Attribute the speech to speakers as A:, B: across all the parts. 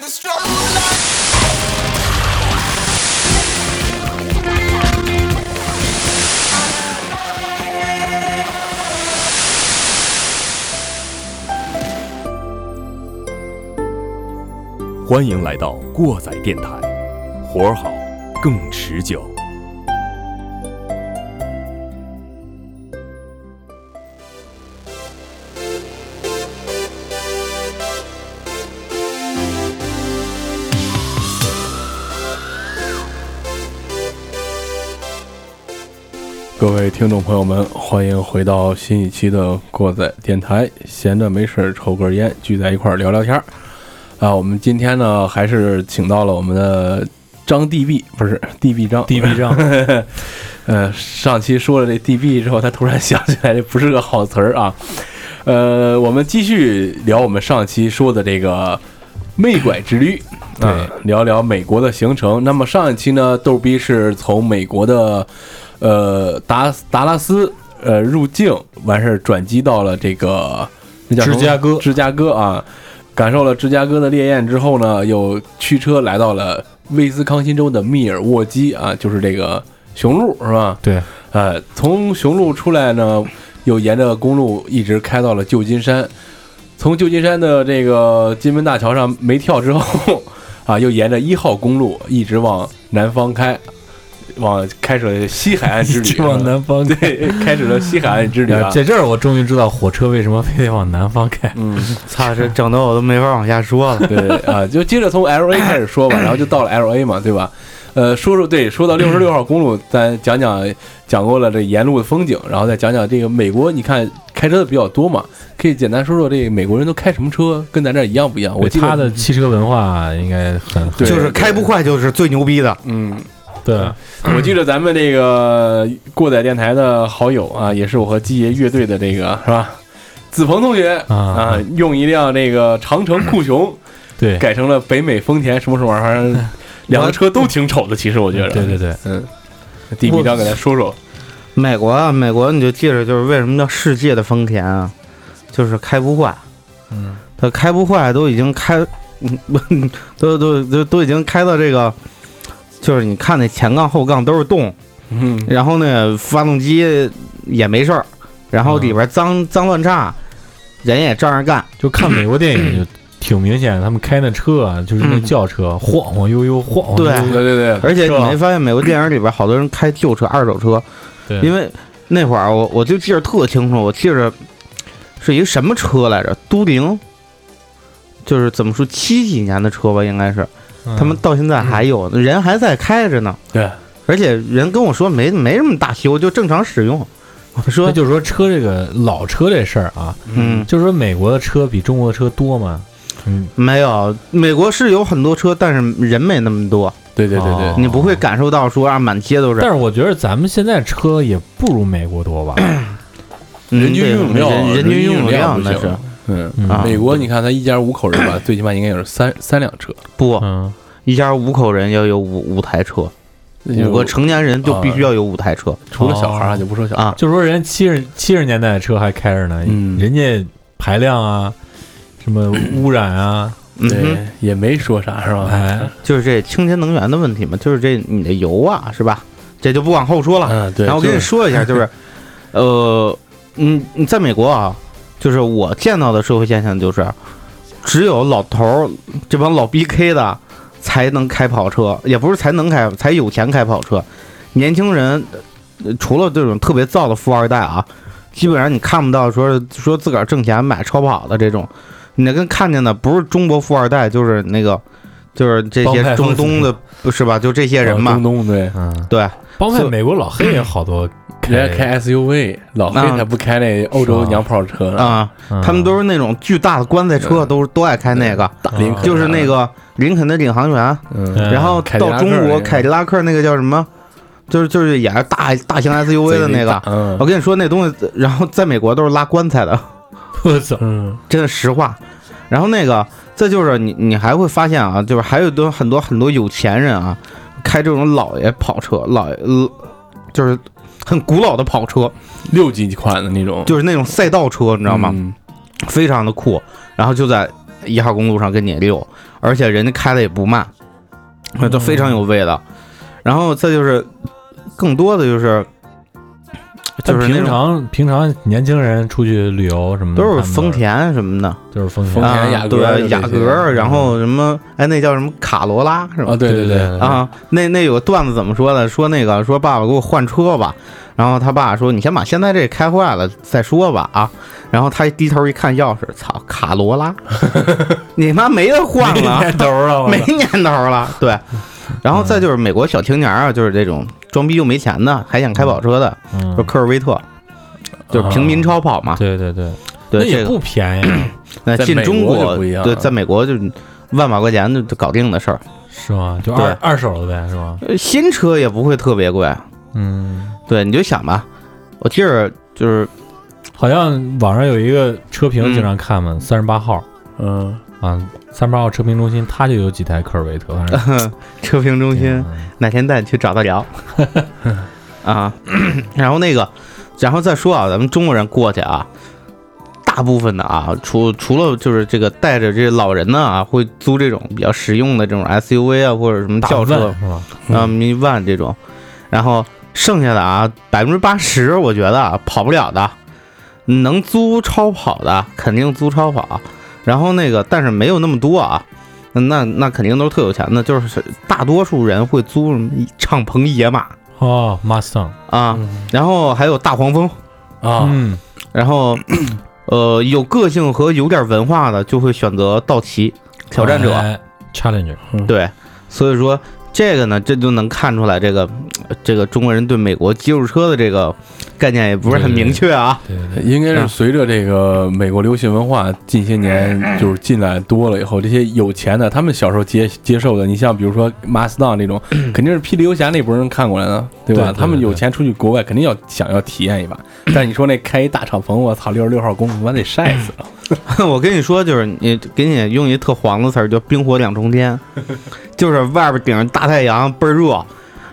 A: the strong light. ”。
B: 欢迎来到过载电台，活儿好，更持久。
C: 各位听众朋友们，欢迎回到新一期的过载电台。闲着没事儿抽根烟，聚在一块儿聊聊天儿。啊，我们今天呢，还是请到了我们的张 DB，不是 DB 张
D: DB 张，
C: 呃，上期说了这 DB 之后，他突然想起来这不是个好词儿啊。呃，我们继续聊我们上期说的这个魅拐之旅，对、聊聊美国的行程。那么上一期呢，逗逼是从美国的呃达达拉斯呃入境，完事儿转机到了这个那叫什么
D: 芝加哥
C: 芝加哥啊，感受了芝加哥的烈焰之后呢，又驱车来到了威斯康辛州的密尔沃基啊，就是这个雄鹿是吧？
D: 对，
C: 呃，从雄鹿出来呢，又沿着公路一直开到了旧金山。从旧金山的这个金门大桥上没跳之后， 啊，又沿着一号公路一直往南方开，往开始了西海岸之 旅。啊
D: 往南方开。
C: 对，开始了西海岸之旅啊。
D: 在这儿，我终于知道火车为什么非得往南方开。
C: 嗯，
E: 操，啊这整的我都没法往下说了。
C: 对啊，就接着从 L A 开始说吧，然后就到了 L A 嘛，对吧？呃，说说对，说到六十六号公路，咱讲讲讲过了这沿路的风景，然后再讲讲这个美国，你看开车的比较多嘛，可以简单说说这个美国人都开什么车，跟咱这儿一样不一样？我
D: 对
C: 记得
D: 他的汽车文化应该很
C: 对
E: 就是开不，快就是最牛逼的，
C: 嗯，
D: 对，
C: 我记得咱们这个过载电台的好友啊，
D: 嗯
C: 也是我和基爷乐队的这个是吧？子鹏同学
D: 啊
C: 啊，用一辆这个长城酷熊。
D: 对，
C: 改成了北美丰田什么什么玩意儿，反正两个车都挺丑的。其实我觉得，
D: 对对对，
C: 嗯，第一张给咱说说，
E: 美国啊，美国你就记着，就是为什么叫世界的丰田啊，就是开不坏，
D: 嗯，
E: 它开不坏都已经开， 嗯，不都都都都已经开到这个，就是你看那前杠后杠都是洞，
C: 嗯
E: 然后呢发动机也没事儿，然后里边脏脏乱差，人也照样干，
D: 就看美国电影就挺明显，他们开那车啊，就是那轿车晃晃悠悠，晃晃悠
E: 对
C: 对
D: 悠。
C: 对对，
E: 而且
C: 是
E: 你
C: 吧
E: 没发现美国电影里边好多人开旧车、二手车，
D: 对，
E: 因为那会儿我我就记得特清楚，我记着是一个什么车来着，都灵，就是怎么说七几年的车吧，应该是
D: 嗯
E: 他们到现在还有、人还在开着呢，
C: 对，
E: 而且人跟我说没没什么大修，就正常使用。我
D: 那
E: 说
D: 就是说车这个老车这事儿啊，
E: 嗯，
D: 就是说美国的车比中国的车多吗？嗯，
E: 没有，美国是有很多车，但是人没那么多，
C: 对对对对
D: 哦，
E: 你不会感受到说啊满街都是
D: 但。是我觉得咱们现在车也不如美国多吧？
E: 嗯
C: 人均
E: 对
C: 用量
E: 人人
C: 人均
E: 均
C: 用
E: 用
C: 量
E: 量
C: 不
E: 那是
C: 行嗯。
D: 嗯
E: 啊
C: 美国，你看他一家五口人 吧，最起码应该有三三辆车，
E: 不
D: 嗯，
E: 一家五口人要有五五台车，
C: 就是
E: 五个成年人就必须要有五台车。
C: 除了小孩儿啊，就不说小孩儿
E: 啊，
D: 就说人家七十七十年代的车还开着呢，
C: 嗯
D: 人家排量啊，什么污染啊，
E: 嗯哼。
C: 对，也没说啥是吧？
D: 哎，
E: 就是这清洁能源的问题嘛，就是这你的油啊，是吧？这就不往后说了。
C: 嗯，对。
E: 然啊后我
C: 就
E: 跟
C: 是
E: 你说一下，就是，呃，嗯，你在美国啊，就是我见到的社会现象就是，只有老头儿这帮老 BK 的才能开跑车，也不是才能开，才有钱开跑车。年轻人呃除了这种特别造的富二代啊，基本上你看不到说说自个儿挣钱买超跑的这种，你跟看见的不是中国富二代，就是那个就是这
D: 帮
E: 些
D: 派
E: 中
D: 分子
E: 东的，不是吧？就这些人
C: 哦
E: 嘛
C: 中，东对，
D: 嗯，
E: 对。
D: 包括
E: 所以
D: 美国老黑也好多
C: 人家开 SUV，老黑
E: 啊
C: 他不开那欧洲
D: 是吧
C: 娘炮车了，
E: 啊、
D: 嗯
E: 他们都是那种巨大的棺材车，都是都爱开那个，
C: 大林肯啊
E: 就是那，个林肯的领航员，
C: 嗯
D: 嗯
E: 然后
C: 凯迪拉
E: 到
C: 克
E: 中
C: 那
E: 国
C: 个
E: 凯迪拉克那个叫什么，就是就是也是大大型 SUV 的那
C: 贼大
E: 个。我
C: 嗯
E: 跟你说那东西，然后在美国都是拉棺材的，
D: 我操，
C: 嗯，
E: 真的实话。然后那个再就是你你还会发现啊，就是还有多很多很多有钱人啊，开这种老爷跑车，老爷呃就是很古老的跑车，
C: 六级款的那种，
E: 就是那种赛道车，你知道吗？
C: 嗯
E: 非常的酷，然后就在一号公路上跟你溜，而且人家开的也不慢，呃都非常有味道。然后再就是更多的就是
D: 但
E: 就是那
D: 平
E: 种
D: 常平常年轻人出去旅游什么的，
E: 都是
D: 他们
E: 丰，田什么的，
D: 都是丰
C: 丰
D: 田。
C: 田雅
E: 啊、
C: 阁就这
E: 对雅
C: 些
E: 阁，
D: 嗯
E: 然后什么哎那叫什么卡罗拉是吧？
C: 啊，对对
D: 对
C: 对，
E: 啊，那那有个段子怎么说的？说那个说爸爸给我换车吧，然后他爸说你先把现在这开坏了再说吧啊，然后他一低头一看钥匙，操，卡 罗拉，你妈没得换了，啊
D: 头啊了
E: 没年头了， 对。然后
C: 嗯
E: 再就是美国小青年啊，就是这种装逼又没钱的，还想开跑车的，
D: 嗯
E: 就科尔维特，
C: 嗯
E: 就是平民超
C: 啊
E: 跑嘛。
D: 对对对，那
E: 对，
D: 也
E: 这个
D: 不便宜，
E: 那
C: 在
E: 进
C: 美
E: 中
C: 国就
E: 国
C: 不一样
E: 对，
C: 了
E: 在美国就万把块钱就就搞定的事儿。
D: 是吗？就二
E: 对
D: 二手的呗，是吗？
E: 呃新车也不会特别贵，
D: 嗯，
E: 对，你就想吧，我记着就是
D: 好像网上有一个车评
E: 嗯
D: 经常看嘛，三十八号
C: 嗯，
D: 啊，三十八号车评中心，它就有几台科尔维特，反正
E: 车评中心，
D: 嗯
E: 哪天带你去找他聊啊。 然后那个，然后再说啊，咱们中国人过去啊，大部分的啊，除除了就是这个带着这老人呢啊，会租这种比较实用的这种 SUV 啊，或者什么
D: 大
E: 轿车
D: 奔是吧？
E: 啊、迷万这种，然后剩下的啊，百分之八十我觉得啊跑不了的，能租超跑的肯定租超跑，然后那个但是没有那么多啊，那那肯定都是特有钱的，就是大多数人会租什么敞篷野马
D: 哦，Mustang，
E: 啊，然后还有大黄蜂，
C: 啊，
D: 嗯，
E: 然 后呃有个性和有点文化的就会选择道奇挑战者。
D: 哎，Challenger，
E: 对，所以说这个呢，这就能看出来，这个呃这个中国人对美国肌肉车的这个概念也不是很明确啊。
D: 对对对，
C: 应该是随着这个美国流行文化近些年就是进来多了以后，这些有钱的他们小时候接接受的，你像比如说马斯当这 种，肯定是霹雳游侠那波人看过来的，对
D: 对
C: 吧？
D: 对
C: 他们有
D: 对
C: 钱出去国外，肯定要想要体验一 把。但你说那开一大敞篷，我操，六十六号公路，我得晒死 了。
E: 我跟你说，就是你给你用一特黄的词儿，叫“冰火两 重天”，就是外边顶着大太阳倍儿热，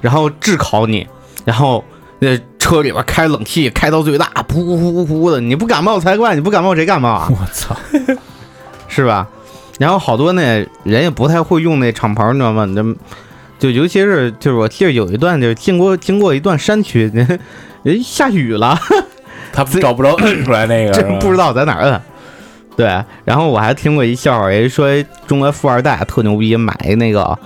E: 然后炙烤你，然后那车里边开冷气开到最大，噗噗噗噗噗的，你不感冒才怪，你不感冒谁感冒啊？
D: 我 操，
E: 是吧？然后好多那人也不太会用那敞篷，你知道吗？你这就尤其是就是我记得有一段就是经过经过一段山区， 人人下雨了，
C: 他找不着摁出来那个，
E: 真不知
C: 道
E: 道在哪儿摁。对，然后我还听过一笑话，人说中国富二代特牛逼，买那个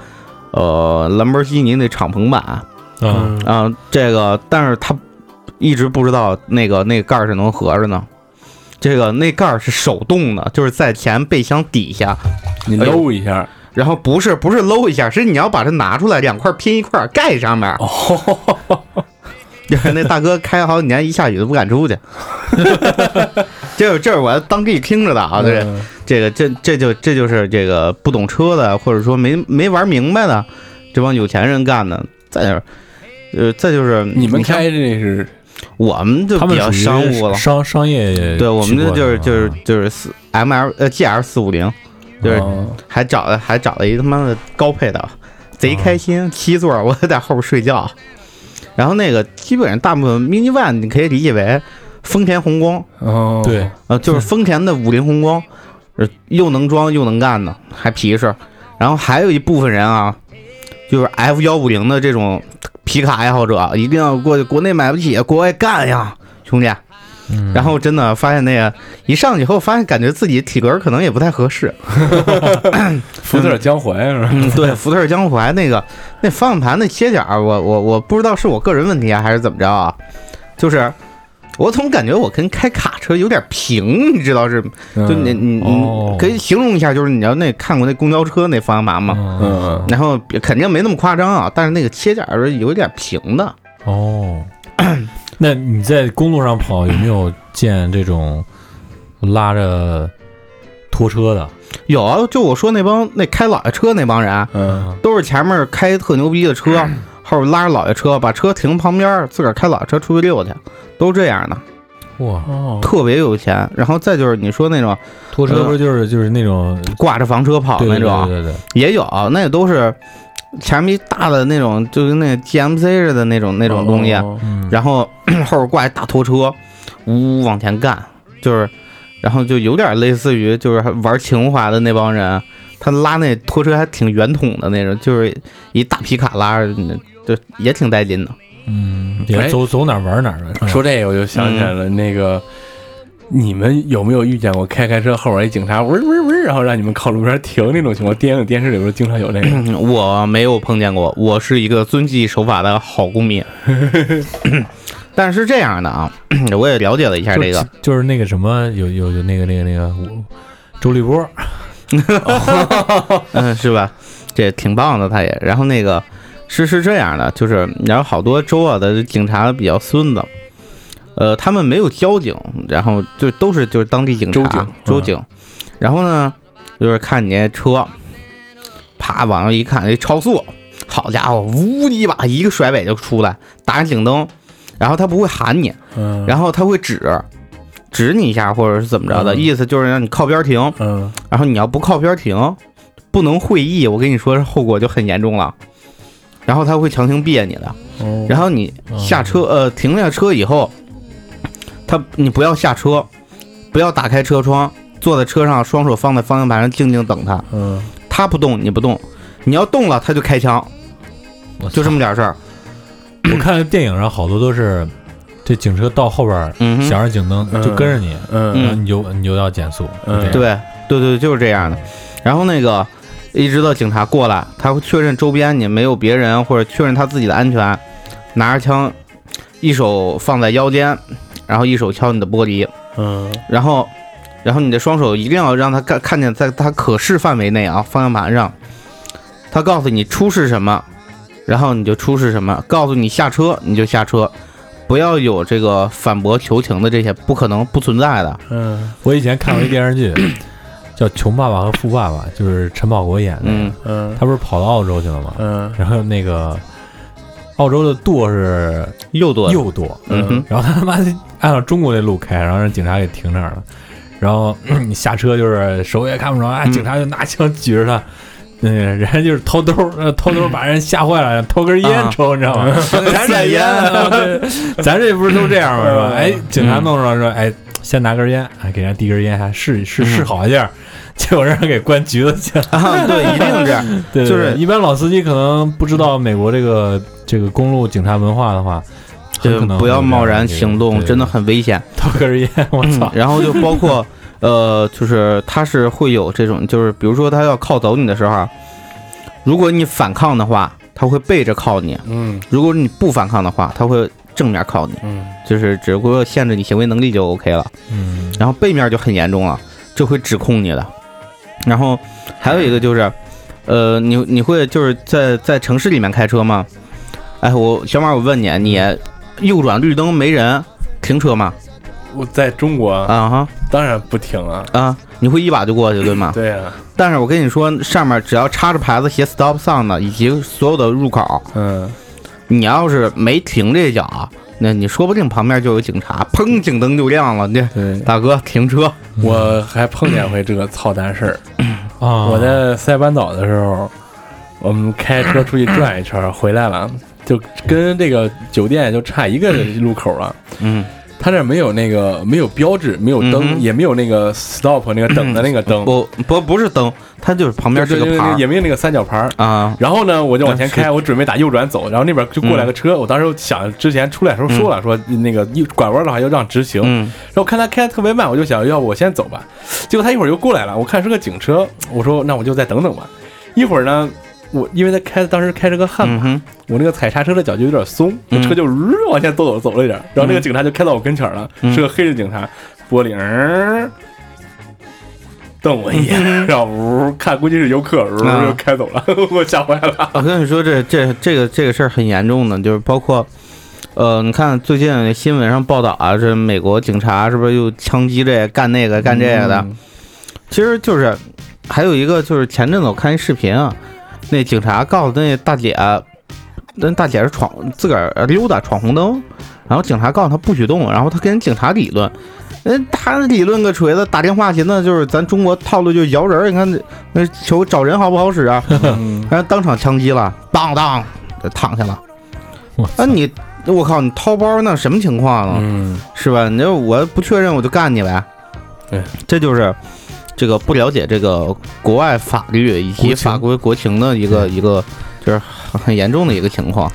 E: 呃兰博基尼那敞篷版啊、
D: 嗯，
E: 这个但是他一直不知道那个那个盖儿是能合着呢。这个那盖儿是手动的，就是在前备箱底下
C: 你
E: 哎呦
C: 搂一下，
E: 然后不是不是搂一下，是你要把它拿出来，两块拼一块儿盖上面。
C: 哦，
E: 就是那大哥开好几年，一下雨都不敢出 去。这是这是我当地听着的啊，这
C: 嗯
E: 这个这这就这就是这个不懂车的，或者说没没玩明白的这帮有钱人干的。再就是，呃，再就是
C: 你们
E: 看，
C: 开这是
E: 我们就
D: 他
E: 比
D: 们
E: 较
D: 属于
E: 商务了。
D: 商商业，
E: 对，我们这就是就是
D: 啊
C: 啊
E: 就是四 M L 呃 G L 四五零，就是
C: 哦
E: 还找了还找了一他妈的高配的，贼开心，七座儿，我在后边睡觉。然后那个基本上大部分 mini van 你可以理解为丰田宏光，
C: 哦，
D: 对，
E: 呃，就是丰田的五菱宏光，呃，又能装又能干呢，还皮实。然后还有一部分人啊，就是 F 幺五零的这种皮卡爱好者，一定要过去，国内买不起，国外干呀，兄弟。
D: 嗯
E: 然后真的发现那个一上去以后，发现感觉自己体格可能也不太合适，
C: 福特江淮是吧？
E: 嗯， 对，福特江淮那个那方向盘那切角儿，我我我不知道是我个人问题啊，还是怎么着啊？就是我总感觉我跟开卡车有点平，你知道是？就你你
D: 哦
E: 你可以形容一下，就是你要那看过那公交车那方向盘吗？
D: 嗯
C: 嗯，
E: 然后肯定没那么夸张啊，但是那个切角儿是有点平的。
D: 哦，那你在公路上跑有没有见这种拉着拖车的？
E: 有啊，就我说那帮那开老爷车那帮人，啊
C: 嗯，
D: 啊
E: 都是前面开特牛逼的 车，后边拉着老爷车，把车停旁边，自个儿开老爷车出去溜去，都这样的。
D: 哇，
C: 哦，
E: 特别有钱，然后再就是你说那种
D: 拖车
E: 呃
D: 不是就是就是那种
E: 挂着房车跑
D: 对
E: 那
D: 对
E: 种，啊
D: 对对对，
E: 也有，那也都是前面一大的那种，就跟那 GMC 似的那种那种东西，啊
C: 哦
D: 嗯，
E: 然后后边挂一大拖车，呜呜往前干，就是，然后就有点类似于就是玩情怀的那帮人，他拉那拖车还挺圆筒的那种，就是一大皮卡拉着，就也挺带劲的。
D: 嗯，
C: 哎
D: 也走走哪儿玩哪儿
E: 哎
D: 了。
C: 说这个我就想起来了，那个你们有没有遇见过开开车后边一警察嗡嗡嗡，然后让你们靠路边停那种情况？电影电视里边经常有那个。
E: 嗯我没有碰见过，我是一个遵纪守法的好公民。 但是这样的啊， 我也了解了一下
D: 就
E: 这个，
D: 就是那个什么，有有有那个那个那个我周立波，
E: 嗯，是吧？这挺棒的，他也。然后那个是是这样的，就是然后好多州啊的警察比较孙子，呃，他们没有交警，然后就都是就是当地警察
C: 州警嗯
E: 州警然后呢，就是看你那车，啪往上一看，一超速，好家伙，呜一把一个甩尾就出来，打上警灯，然后他不会喊你，
C: 嗯
E: 然后他会指。指你一下，或者是怎么着的、
C: 嗯
E: 意思，就是让你靠边停。
C: 嗯，
E: 然后你要不靠边停，不能会意，我跟你说后果就很严重了。然后他会强行别你的，然后你下车，呃，停下车以后，他你不要下车，不要打开车窗，坐在车上，双手放在方向盘上，静静等他。
C: 嗯，
E: 他不动，你不动，你要动了他就开枪，
D: 我操
E: 就这么点事儿。
D: 我看电影上好多都是这警车到后边儿
E: 嗯哼，
D: 响着警灯
C: 嗯
D: 就跟着你，
C: 嗯
D: 然后你就你就要减速，
C: 嗯
D: 就这样
E: 对对对，就是这样的。然后那个一直到警察过来，他会确认周边你没有别人，或者确认他自己的安全，拿着枪，一手放在腰间，然后一手敲你的玻璃，
C: 嗯
E: 然后然后你的双手一定要让他看看见，在他可视范围内啊，方向盘上，他告诉你出示什么，然后你就出示什么，告诉你下车你就下车。不要有这个反驳求情的这些不可能不存在的，
C: 嗯
D: 我以前看过一电视剧 叫《穷爸爸和富爸爸》，就是陈宝国演的，
E: 嗯
C: 嗯
D: 他不是跑到澳洲去了吗？
C: 嗯
D: 然后那个澳洲的舵是
E: 又多，
D: 右舵，
E: 嗯哼，
D: 然后他他妈按照中国那路开，然后让警察给停那儿了。然后 你下车就是手也看不着，啊，
E: 嗯
D: 警察就拿枪举着他，嗯，人家就是掏兜儿，呃掏兜儿把人吓坏了，偷根烟
E: 啊
D: 抽，你知道吗？ 咱这
E: 散烟
D: 啊对 咱这不是都这样吗？是吧？
C: 嗯
D: 哎，警察弄上说，哎，先拿根烟，哎，给人家递根烟，还试试
E: 嗯
D: 试好一下， 结果让人给关局子去了。
E: 啊，对，一定这样。
D: 对，对
E: 就是
D: 对一般老司机可能不知道美国这个这个公路警察文化的话，很
E: 对
D: 可能，
E: 不要
D: 会有这样
E: 贸
D: 的
E: 然
D: 这个
E: 行动，
D: 对
E: 真的很危险。嗯
D: 掏根烟，我操！
E: 然后就包括，呃，就是他是会有这种，就是比如说他要靠走你的时候，啊如果你反抗的话，他会背着靠你；
C: 嗯
E: 如果你不反抗的话，他会正面靠你，
C: 嗯
E: 就是只不过限制你行为能力就 OK 了。
D: 嗯，
E: 然后背面就很严重了，就会指控你的。然后还有一个就是，呃，你你会就是在在城市里面开车吗？哎，我小马，我问你，你右转绿灯没人停车吗？
C: 我在中国
E: 啊哈
C: 当然不停啊，
E: 啊，你会一把就过去对吗？
C: 对啊，
E: 但是我跟你说，上面只要插着牌子写 stop sign 的，以及所有的入口，
C: 嗯
E: 你要是没停这脚，那你说不定旁边就有警察，砰，警灯就亮了，这
C: 对。
E: 大哥停车。
C: 我还碰见回这个操蛋事儿。
D: 啊，
C: 我在塞班岛的时候，我们开车出去转一圈儿回来了，就跟这个酒店就差一个路口了。
E: 嗯
C: 他这儿没有那个没有标志，没有
E: 嗯
C: 灯，
E: 哼
C: 也没有那个 stop 那个等的那个灯，
E: 不不不是灯，它就是旁边是
C: 对
E: 个
C: 对
E: 牌
C: 对
E: 儿
C: 也没有那个三角牌儿。
E: 啊。
C: 然后呢，我就往前
E: 嗯
C: 开，我准备打右转走，然后那边就过来个车。我当时想，之前出来的时候说了，说那个右拐弯的话要让直行。
E: 嗯
C: 然后看他开的特别慢，我就想要不我先走吧。结果他一会儿又过来了，我看是个警车，我说那我就再等等吧。一会儿呢，我因为他开当时开着个汉马，
E: 嗯哼，
C: 我那个踩刹车的脚就有点松，那
E: 嗯
C: 车就呜往前走走走了一点儿，然后那个警察就开到我跟前儿了，
E: 嗯
C: 是个黑人警察，玻璃儿瞪我一眼，然后呜看估计是游客，呜
E: 啊
C: 就开走了， 我吓坏了。
E: 我跟你啊说，这这这个这个事儿很严重的，就是包括，呃，你看最近新闻上报道啊，这美国警察是不是又枪击这干那个干这个的？其实就是还有一个就是前阵子我看一视频啊，那警察告诉那大姐，那大姐是闯自个儿溜达闯红灯，然后警察告诉她不许动，然后她跟警察理论。那他理论个锤子，打电话寻思就是咱中国套路就是摇人儿，你看那那球找人好不好使啊？
C: 嗯，
E: 然后当场枪击了，当当就躺下了。
D: 我
E: 啊你，我靠，你掏包那什么情况啊？
C: 嗯，
E: 是吧？你这我不确认我就干你呗，
C: 对，
E: 这就是这个不了解这个国外法律以及
C: 国情
E: 法规国情的一个一个，就是很很严重的一个情况。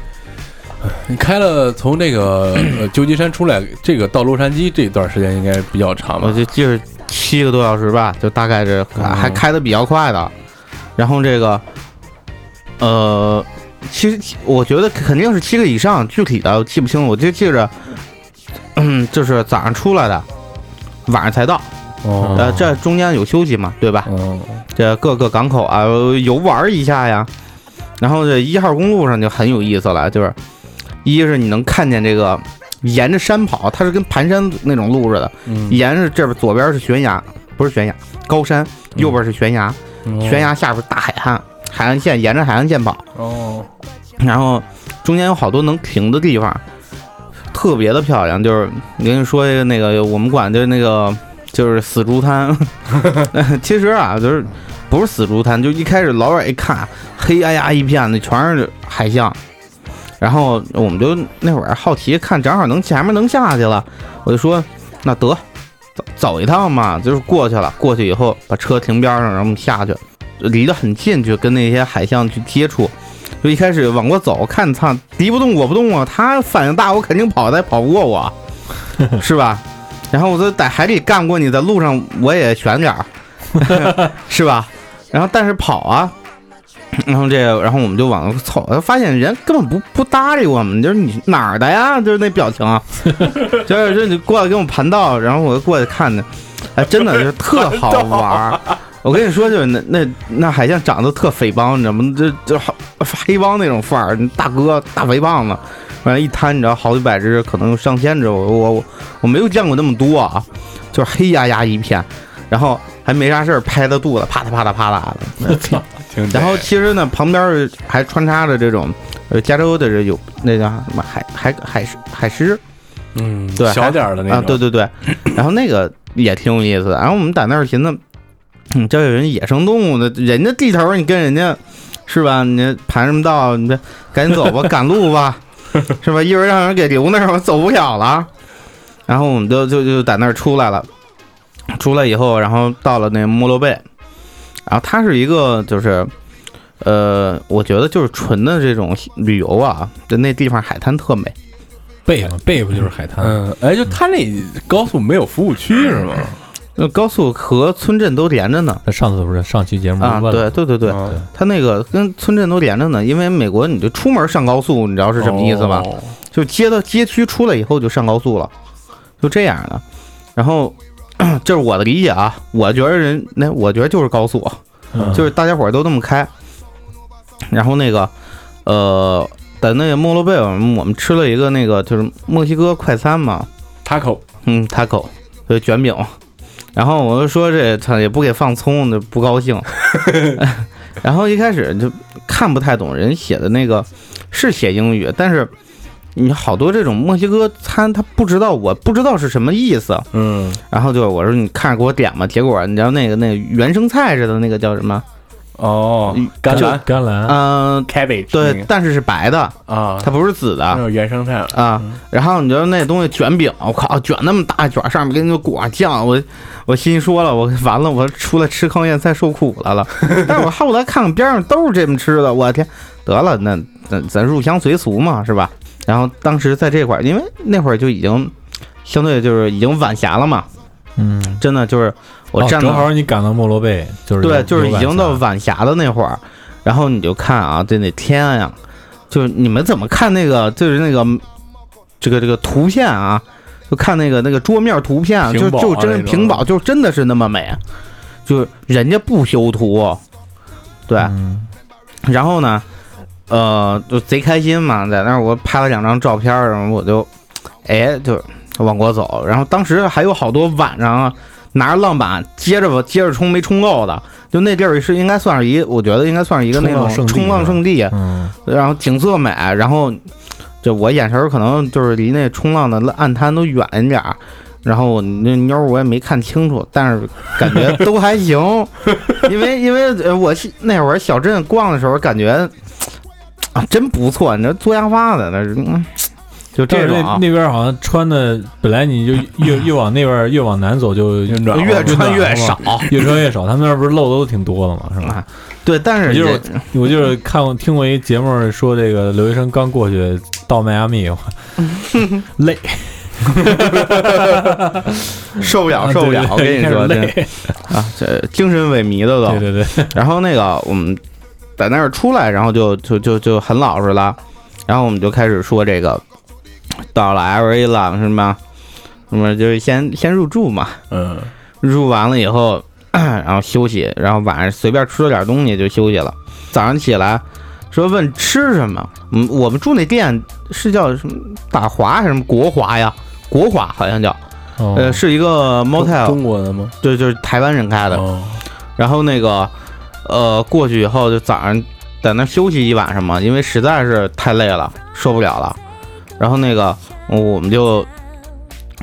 C: 你开了从这个呃旧金山出来，这个到洛杉矶这段时间应该比较长
E: 我
C: 吧？
E: 就记着七个多小时吧，就大概这
C: 嗯
E: 还开的比较快的。然后这个，呃，其实我觉得肯定是七个以上，具体的我记不清，我就记着，嗯，就是早上出来的，晚上才到。
C: 哦
E: 呃，这中间有休息嘛，对吧？
C: 嗯，
E: 这各个港口啊游玩一下呀。然后这一号公路上就很有意思了，就是一是你能看见这个沿着山跑，它是跟盘山那种路似的，
C: 嗯
E: 沿着这边左边是悬崖，不是悬崖，高山，右边是悬崖，
C: 嗯
E: 悬崖下边大海岸，海岸线沿着海岸线跑，
C: 哦，
E: 然后中间有好多能停的地方，特别的漂亮。就是我跟你说一个那个，我们管就是那个就是死猪滩，其实啊，就是不是死猪滩，就一开始老远一看，黑压压一片的，全是海象。然后我们就那会儿好奇看，正好能前面能下去了，我就说那得走走一趟嘛，就是过去了。过去以后把车停边上，然后我们下去，离得很近，去跟那些海象去接触。就一开始往过走，看他敌不动我不动啊，他反应大，我肯定跑，他也跑不过我，是吧？然后我就在海里干过你，在路上我也悬点儿， 是吧？然后但是跑啊，然后这个，然后我们就往后凑，发现人根本不不搭理我们，就是你哪儿的呀？就是那表情啊，就是就是你过来给我们盘道，然后我就过去看呢，哎，真的就是特好玩儿。我跟你说，就是那那那海象长得特匪帮，你知道吗？这这好黑帮那种范儿，大哥大肥棒子，完了一摊，你知道好几百只，可能上千只，我我我我没有见过那么多啊，就是黑压压一片，然后还没啥事儿拍他肚子，啪嗒啪嗒啪嗒的。
C: 挺
E: 然后其实呢，旁边儿还穿插着这种，呃，加州的这有那叫什么海海海狮海狮
C: 嗯
E: 对
C: 小点儿的那
E: 啊，
C: 种
E: 对 对对，然后那个也挺有意思的。然后我们在那儿寻思，嗯，这有人野生动物的，人家地头儿你跟人家是吧？你盘什么道？你这赶紧走吧，赶路 吧，是吧？一会儿让人给留那儿，我走不了了。然后我们就就就在那儿出来了，出来以后，然后到了那莫洛贝，然后它是一个就是。呃，我觉得就是纯的这种旅游啊，就那地方海滩特美，
D: 背嘛，背不就是海滩？
C: 嗯，哎，就他那高速没有服务区是吗？
E: 那高速和村镇都连着呢。
D: 那上次不是上期节目
E: 啊，
D: 嗯问了，嗯
E: 对对对对，
C: 啊
E: 它那个跟村镇都连着呢，因为美国你就出门上高速，你知道是什么意思吧？？
C: 哦
E: 就街到街区出来以后就上高速了，就这样的。然后 这是我的理解啊，我觉得人那我觉得就是高速，
D: 嗯
E: 就是大家伙儿都那么开。然后那个呃，在那个莫洛贝尔，我们吃了一个那个就是墨西哥快餐嘛，
C: Taco
E: 嗯，taco，就卷饼。然后我就说这他也不给放葱，就不 高兴。然后一开始就看不太懂人写的那个是写英语，但是你好多这种墨西哥餐，他不知道我不知道是什么意思。
C: 嗯
E: 然后就我说你看着给我点吧，结果你知道那个那个原生菜似的那个叫什么？
C: 哦
E: 嗯，
C: 橄
E: 就
C: 榄
D: 甘蓝，
E: 嗯、
C: cabbage 那
E: 对
C: 个，
E: 但是是白的，
C: 啊，
E: 它不是紫的。
C: 那种原生菜
E: 啊，然后你知道那东西卷饼，我靠，卷那么大一卷，上面给你裹上酱，我我心说了，我完了，我出来吃糠咽菜受苦来了。 但是我后来看看边上都是这么吃的，我天，得了，那那咱入乡随俗嘛，是吧？然后当时在这块儿，因为那会儿就已经相对就是已经晚霞了嘛，
D: 嗯，
E: 真的就是我
D: 哦
E: 站
D: 正
E: 到、
D: 好你赶到莫罗贝，就是
E: 对，
D: 有
E: 就是已经到
D: 有晚霞
E: 晚霞的那会儿，然后你就看啊，这那天呀、就是你们怎么看那个，就是那个这个这个图片啊，就看那个那个桌面图片啊，就
C: 屏保啊
E: 就真
C: 那
E: 是
C: 种
E: 屏保，就真的是那么美，就是人家不修图，对，
D: 嗯
E: 然后呢，呃，就贼开心嘛，在那儿我拍了两张照片儿，然后我就，哎，就往过走。然后当时还有好多晚上啊，拿着浪板接着我接着冲没冲够的，就那地儿是应该算是一，我觉得应该算是一个那
D: 冲浪
E: 种
D: 圣地
E: 冲浪圣地，啊
D: 嗯，
E: 然后景色美，然后就我眼神儿可能就是离那冲浪的岸滩都远一点儿。然后我那妞儿我也没看清楚，但是感觉都还行， 因为因为呃我是那会儿小镇逛的时候感觉啊真不错，你这坐沙发在那儿嗯就
D: 但
E: 这
D: 是
E: 种
D: 那
E: 啊，
D: 那边好像穿的，本来 你就越越往那边越往南走就
C: 越暖
E: 越穿越少，
D: 越穿越少。他们那儿不是漏的都挺多的嘛，是吧？
E: 啊对，但是
D: 就是
E: 这
D: 我就是看过听过一节目说，这个留学生刚过去到迈阿密，我累，
E: 受不了，受不了，我跟你说，
D: 对
E: 这
D: 对
E: 啊，这精神萎靡的都。
D: 对对对，
E: 然后那个我们在那儿出来，然后就就就就很老实了，然后我们就开始说这个到了 LA 了是吗？那么就是先先入住嘛，
C: 嗯，
E: 入完了以后， 然后休息，然后晚上随便吃了点东西就休息了。早上起来说问吃什么，嗯，我们住那店是叫什么大华还是什么国华呀？国华好像叫，
D: 哦
E: 呃，是一个
C: 中
E: motel，
C: 中国的吗？
E: 对，就是台湾人开的。
C: 哦，
E: 然后那个，呃，过去以后就早上在那休息一晚上嘛，因为实在是太累了，受不了了。然后那个我们就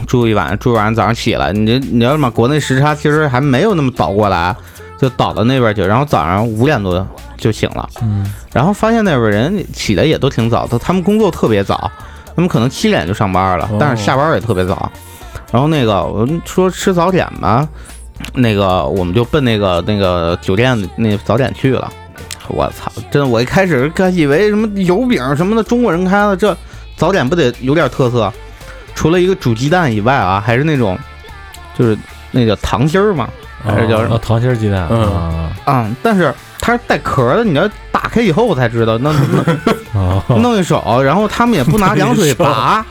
E: 住一晚，住一晚上早上起来，你这你要是嘛，国内时差其实还没有那么早过来，就倒到那边去。然后早上五点多就醒了，
D: 嗯，
E: 然后发现那边人起的也都挺早的，他们工作特别早，他们可能七点就上班了
D: 哦，
E: 但是下班也特别早。然后那个我们说吃早点吧，那个我们就奔那个那个酒店那早点去了。我操！真的，我一开始还以为什么油饼什么的中国人开的，这早点不得有点特色？除了一个煮鸡蛋以外啊，还是那种就是那个糖心儿嘛，还是叫什么
D: 哦糖心儿鸡蛋，
C: 嗯
D: 啊
E: 啊、但是它是带壳儿的，你要打开以后我才知道，那那
D: 哦，
E: 弄一手，然后他们也不拿凉水拔，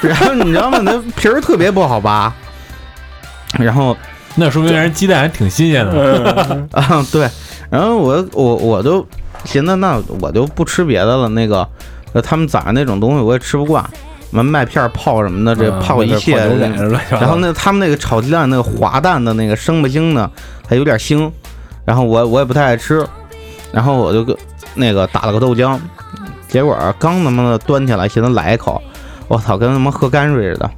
E: 然后你知道吗？那皮儿特别不好拔。然后
D: 那说明人鸡蛋还挺新鲜的，
C: 嗯
E: 啊，对，然后我我我就寻思，那我就不吃别的了。那个，呃他们早上那种东西我也吃不惯，什么麦片儿泡什么的，
C: 啊
E: 这泡一切。
C: 那边泡牛奶是吧
E: 然后那他们那个炒鸡蛋那个滑蛋的那个生不腥的，还有点腥，然后我我也不太爱吃，然后我就跟那个打了个豆浆，结果刚他妈的端起来，寻思来一口，我操，跟他妈喝泔水似的。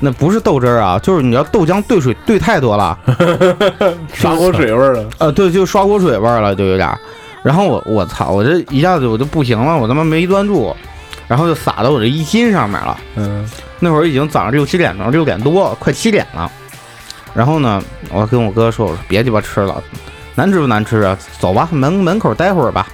E: 那不是豆汁儿啊，就是你要豆浆兑水兑太多了，
C: 砂锅水味儿的，
E: 呃，对，就刷锅水味儿了，就有点儿。然后我我操，我这一下子我就不行了，我他妈没端住，然后就洒到我这衣襟上面了。
C: 嗯，
E: 那会儿已经早上六七点钟，六点多，快七点了。然后呢，我跟我哥说：“我说别鸡巴吃了，难吃不难吃啊？走吧，门门口待会儿吧，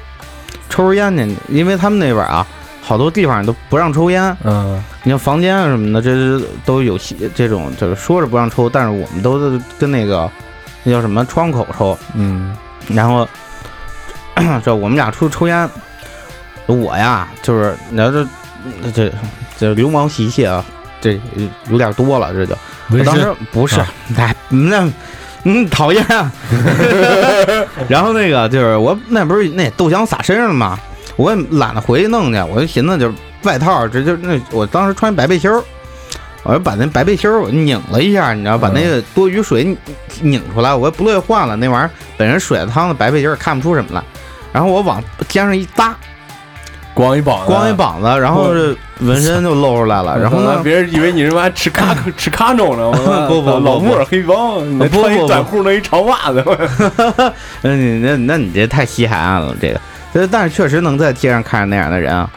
E: 抽根烟去。因为他们那边啊，好多地方都不让抽烟。
C: 嗯，
E: 你像房间啊什么的，这这都有些这种，就是说是不让抽，但是我们都是跟那个那叫什么窗口抽。
C: 嗯，
E: 然后这我们俩出去抽烟，我呀就是你要这这这流氓习气啊，这有点多了，这就我
D: 纹
E: 当
D: 身
E: 时不是，哎，那嗯讨厌。然后那个就是我那不是那豆浆洒身上了吗？我也懒得回去弄去，我就寻思就是外套直接那我当时穿白背心儿。我就把那白背心儿我拧了一下，你知道，把那个多余水拧拧出来，我也不乐意换了。那玩意儿本身水汤的白背心儿看不出什么来，然后我往肩上一搭，
C: 光一膀子，嗯
E: 光一膀子，然后这纹身就露出来了。然后呢，
C: 别人以为你是妈吃 咖吃咖种呢，我
E: 不不不
C: 老木耳黑帮，你
E: 不不
C: 穿一
E: 不
C: 短裤弄一长袜子，
E: 那你那那你这太稀罕了，这个，但但是确实能在街上看着那样的人啊。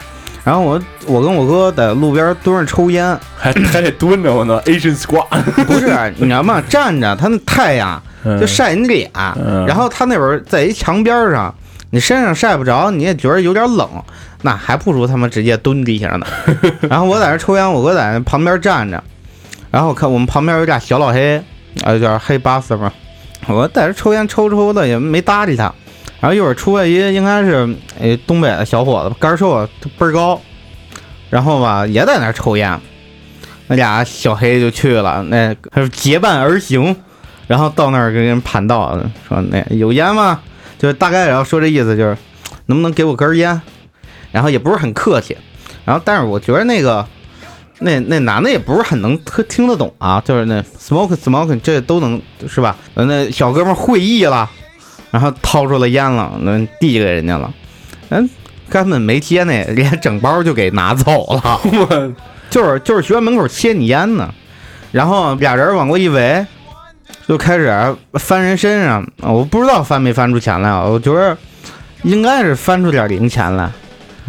E: 然后我我跟我哥在路边蹲着抽烟，
C: 还还得蹲着我呢，Asian squat，
E: 不是啊你知道吗？站着他那太阳就晒你脸，
C: 嗯
E: 然后他那会儿在一墙边上，你身上晒不着，你也觉得有点冷，那还不如他妈直接蹲地下呢。然后我在那抽烟，我哥在那旁边站着，然后我看我们旁边有俩小老黑，啊，有点黑巴斯嘛，我在这抽烟抽抽的也没搭理他。然后一会儿出来一应该是呃东北的小伙子，杆儿瘦，他倍儿高，然后吧也在那儿抽烟，那俩小黑就去了，那还是结伴而行，然后到那儿跟人盘道，说那有烟吗？就是大概然后说这意思就是，能不能给我根儿烟？然后也不是很客气，然后但是我觉得那个那那男的也不是很能特听得懂啊，就是那 smoke smoke 这都能是吧？那小哥们儿会意了，然后掏出了烟了，那递给人家了，嗯，根本没接那，连整包就给拿走了。
C: 我
E: 就是就是学校门口切你烟呢，然后俩人往过一围，就开始翻人身上，我不知道翻没翻出钱来啊，我觉得应该是翻出点零钱来，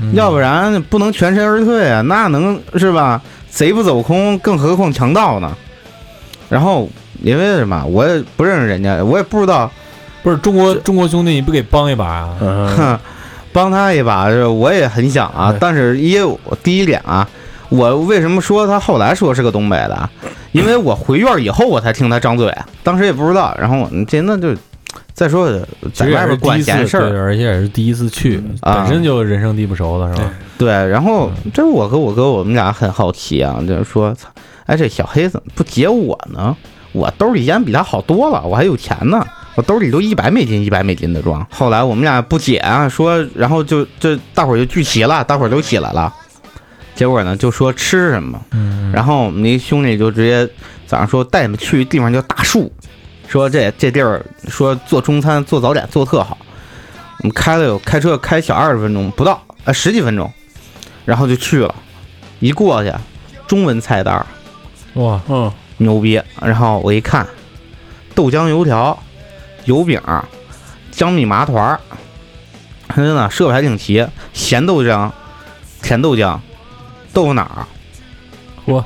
D: 嗯
E: 要不然不能全身而退啊，那能是吧？贼不走空，更何况强盗呢？然后因为什么，我也不认识人家，我也不知道，
D: 不是中国中国兄弟，你不给帮一把啊？
C: 嗯，
E: 哼，帮他一把，这我也很想啊
C: 对。
E: 但是因为我第一点啊，我为什么说他后来说是个东北的啊？因为我回院以后我才听他张嘴，当时也不知道。然后我嗯这那就再说在
D: 也
E: 外
D: 是
E: 边
D: 第
E: 管
D: 一次
E: 闲事儿
D: 对，而且也是第一次去，
E: 啊
D: 本身就人生地不熟的是吧？
E: 对，然后
D: 嗯
E: 这我和我哥我们俩很好奇啊，就是说，操，哎，这小黑怎么不解我呢？我兜里烟比他好多了，我还有钱呢，我兜里都一百美金一百美金的装。后来我们俩不解啊，说，然后就就大伙儿就聚齐了，大伙儿都起来了。结果呢，就说吃什么，
D: 嗯，
E: 然后我们那兄弟就直接早上说带你们去地方叫大树，说这这地儿说做中餐做早点做特好，我们开了有开车开小二十分钟不到，呃十几分钟，然后就去了，一过去中文菜单儿
D: 后哇，
C: 嗯，
E: 牛逼，然后我一看豆浆油条、油饼、江米麻团儿，真的设备还挺齐，咸豆浆、甜豆浆、豆腐脑儿，
D: 嚯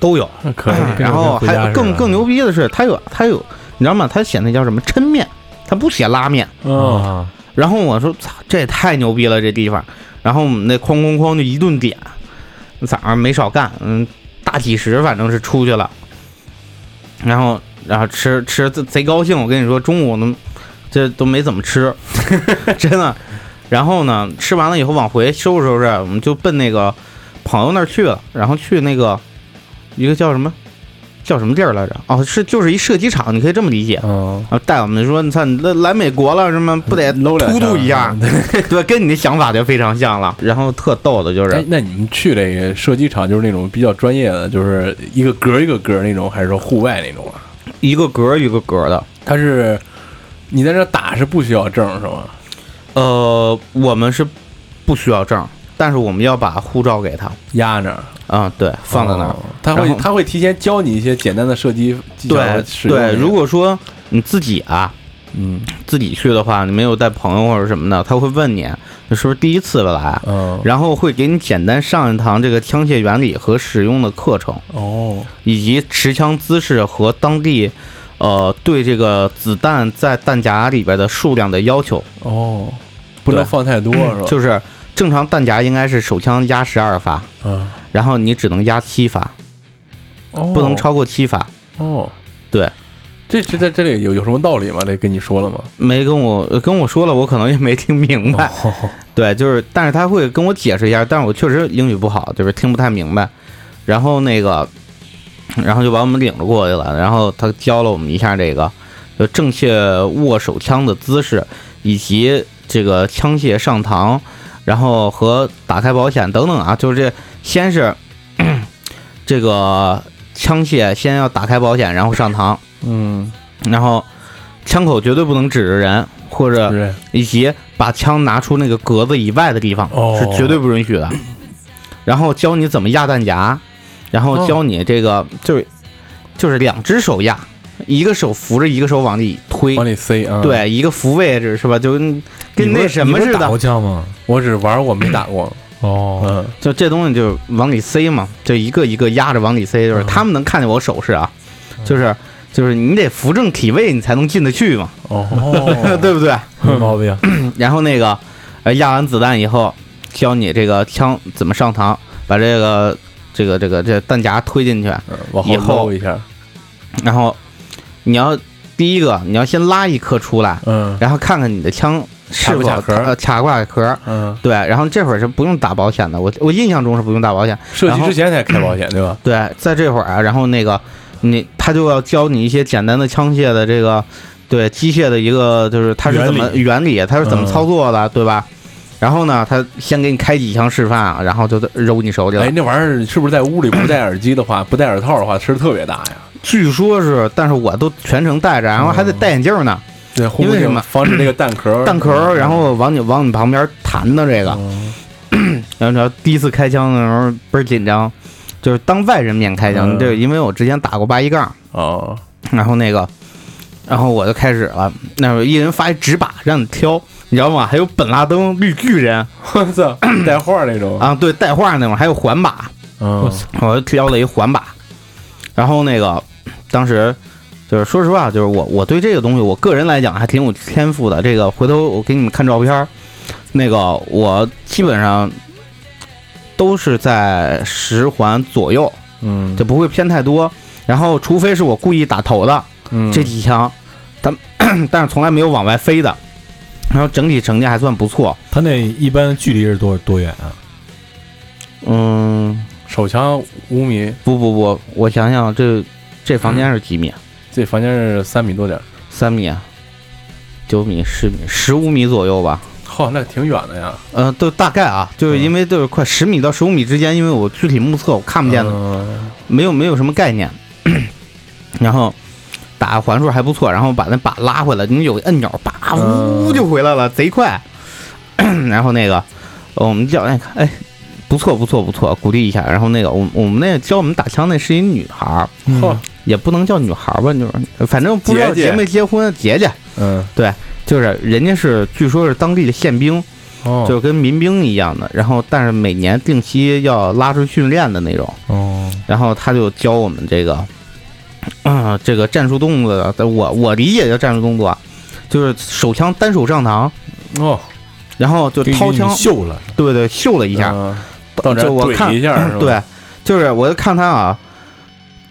E: 都有。哎啊
C: 那可以，
E: 然后还有更更牛
D: 逼
E: 逼的是，它有它有，你知道吗？它写那叫什么抻面，它不写拉面。
C: 嗯，
D: 啊！
E: 然后我说，操，这也太牛逼了，这地方。然后我们那哐哐哐就一顿点，早上没少干，嗯，大几十反正是出去了。然后然后吃吃贼贼高兴，我跟你说，中午呢这都没怎么吃， 真的。然后呢，吃完了以后往回收拾收拾，我们就奔那个朋友那儿去了，然后去那个一个叫什么叫什么地儿来着？哦，是就是一射击场，你可以这么理解。
C: 嗯，
E: 然后带我们说，你操，你来来美国了，什么不得
C: 搂两
E: 突突一下
C: 下？
E: 对，跟你的想法就非常像了。然后特逗的就
C: 哎
E: 是，，
C: 那你们去这个射击场，就是那种比较专业的，就是一个格儿一个格儿那种，还是说户外那种啊？
E: 一个格儿一个格儿的。
C: 它是你在这打是不需要证是吗？
E: 呃，我们是不需要证，但是我们要把护照给他。
C: 压那儿，
E: 啊、对，放在那儿
C: 哦。他
E: 然
C: 会
E: 后
C: 他会提前教你一些简单的射击技巧和使
E: 对
C: 用那个。
E: 对，如果说你自己啊，
C: 嗯
E: 自己去的话，你没有带朋友或者什么的，他会问你你是不是第一次来，
C: 嗯
E: 然后会给你简单上一堂这个枪械原理和使用的课程。
C: 哦
E: 以及持枪姿势和当地，呃，对这个子弹在弹夹里边的数量的要求，
C: 哦，不能
E: 对嗯
C: 放太多是吧？
E: 就是正常弹夹应该是手枪压十二发，
C: 嗯，
E: 然后你只能压七发，
C: 哦
E: 不能超过七发。
C: 哦。
E: 对，
C: 这这在这里有有什么道理吗？这跟你说了 吗？
E: 没跟我呃跟我说了，我可能也没听明白。
C: 哦
E: 对，就是，但是他会跟我解释一下，但是我确实英语不好，就是听不太明白。然后那个，然后就把我们领着过去了，然后他教了我们一下这个，就正确握手枪的姿势，以及这个枪械上膛，然后和打开保险等等啊，就是这先是咳这个枪械先要打开保险，然后上膛，
C: 嗯，
E: 然后枪口绝对不能指着人或者
C: 不是
E: 以及把枪拿出那个格子以外的地方、
C: 哦
E: 是绝对不允许的。然后教你怎么压弹夹，然
D: 哦
E: 后教你这个、就是就是两只手压，一个手扶着，一个手往里推
D: 哦
C: 往，里塞啊。，
E: 对，一个扶位置是吧？就跟跟那什么似
D: 打
E: 的
D: 过，枪吗？
C: 我只玩我没打 过。
D: 哦，
C: 嗯，
E: 就这东西就往里塞嘛，就一个一个压着往里塞，就是
D: 嗯
E: 他们能看见我手势啊，
D: 哦
E: 就是就是你得扶正体位，你才能进得去嘛，
C: 哦，
D: 哦
E: 对不对？
D: 没毛病。
E: 然后那个，呃，压完子弹以后，教你这个枪怎么上膛，把这个这个这个这弹夹推进去，
C: 嗯往
E: 以
C: 后
E: 后
C: 搂一下。
E: 然后你要第一个你要先拉一颗出来，
C: 嗯
E: 然后看看你的枪是否
C: 卡不卡壳
E: 呃卡不卡壳。
C: 嗯，
E: 对，然后这会儿是不用打保险的，我我印象中是不用打保险。
C: 射
E: 然
C: 击
E: 后
C: 之前才开保险对吧？
E: 对，在这会儿啊，然后那个你他就要教你一些简单的枪械的这个对机械的一个就是它是怎么原理，它是
C: 嗯
E: 怎么操作的，对吧？然后呢，他先给你开几枪示范，然后就揉你手里了。
C: 哎，那玩意儿是不是在屋里不戴耳机的话，不戴耳套的话，声儿特别大呀？
E: 据说是，但是我都全程戴着，然后还得
C: 嗯
E: 戴眼镜呢，
C: 对，
E: 因为什么
C: 防止那个弹壳儿
E: 弹壳儿，然后啊往你往你旁边弹的这个，
C: 嗯
E: 然后你要第一次开枪的时候倍儿紧张，就是当外人面开枪，
C: 嗯
E: 对，因为我之前打过八一杠，
C: 哦，
E: 然后那个，然后我就开始了，那会儿一人发一纸靶让你挑，你知道吗？还有本拉登、绿巨人，
C: 我操，带画那种，
E: 啊，对，带画那种，还有环把，
C: 嗯
E: 我挑了一环把，然后那个当时就是说实话，就是我我对这个东西，我个人来讲还挺有天赋的。这个回头我给你们看照片儿，那个我基本上都是在十环左右，
C: 嗯，
E: 就不会偏太多。然后除非是我故意打头的
C: 嗯
E: 这几枪，但 但是从来没有往外飞的。然后整体成绩还算不错，
D: 他那一般距离是多多远啊？
E: 嗯，
C: 手枪五米，
E: 不不不，我想想，这这房间是几米啊？
C: 这房间是三米多点儿，
E: 三米、啊九米、十米、十五米左右吧。
C: 嚯，那挺远的呀，
E: 呃，都大概啊，就是因为就是快十米到十五米之间，因为我具体目测我看不见的，
C: 嗯
E: 没有没有什么概念。 然后打环数还不错，然后把那靶拉回来，你有个按钮，叭
C: 嗯
E: 呜就回来了，贼快。 然后那个呃我们教练看，哎，不错不错不错，鼓励一下。然后那个我我们那个教我们打枪那是一女孩儿，
D: 嗯
C: 嚯，
E: 也不能叫女孩儿吧，就是反正不知道
C: 姐姐
E: 结没结婚，姐姐。
C: 嗯，
E: 就是人家是据说是当地的宪兵，
C: 哦，
E: 就是跟民兵一样的，然后但是每年定期要拉出去训练的那种，
D: 哦，
E: 然后他就教我们这个，啊、这个战术动作的，我我理解叫战术动作啊，就是手枪单手上膛，
C: 哦，
E: 然后就
D: 给
E: 掏
D: 你
E: 枪，
D: 秀了，
E: 对对，秀了一下，
C: 嗯，到这
E: 就我
C: 怼
E: 看
C: 一 下是吧？
E: 对，啊就是我就看他啊，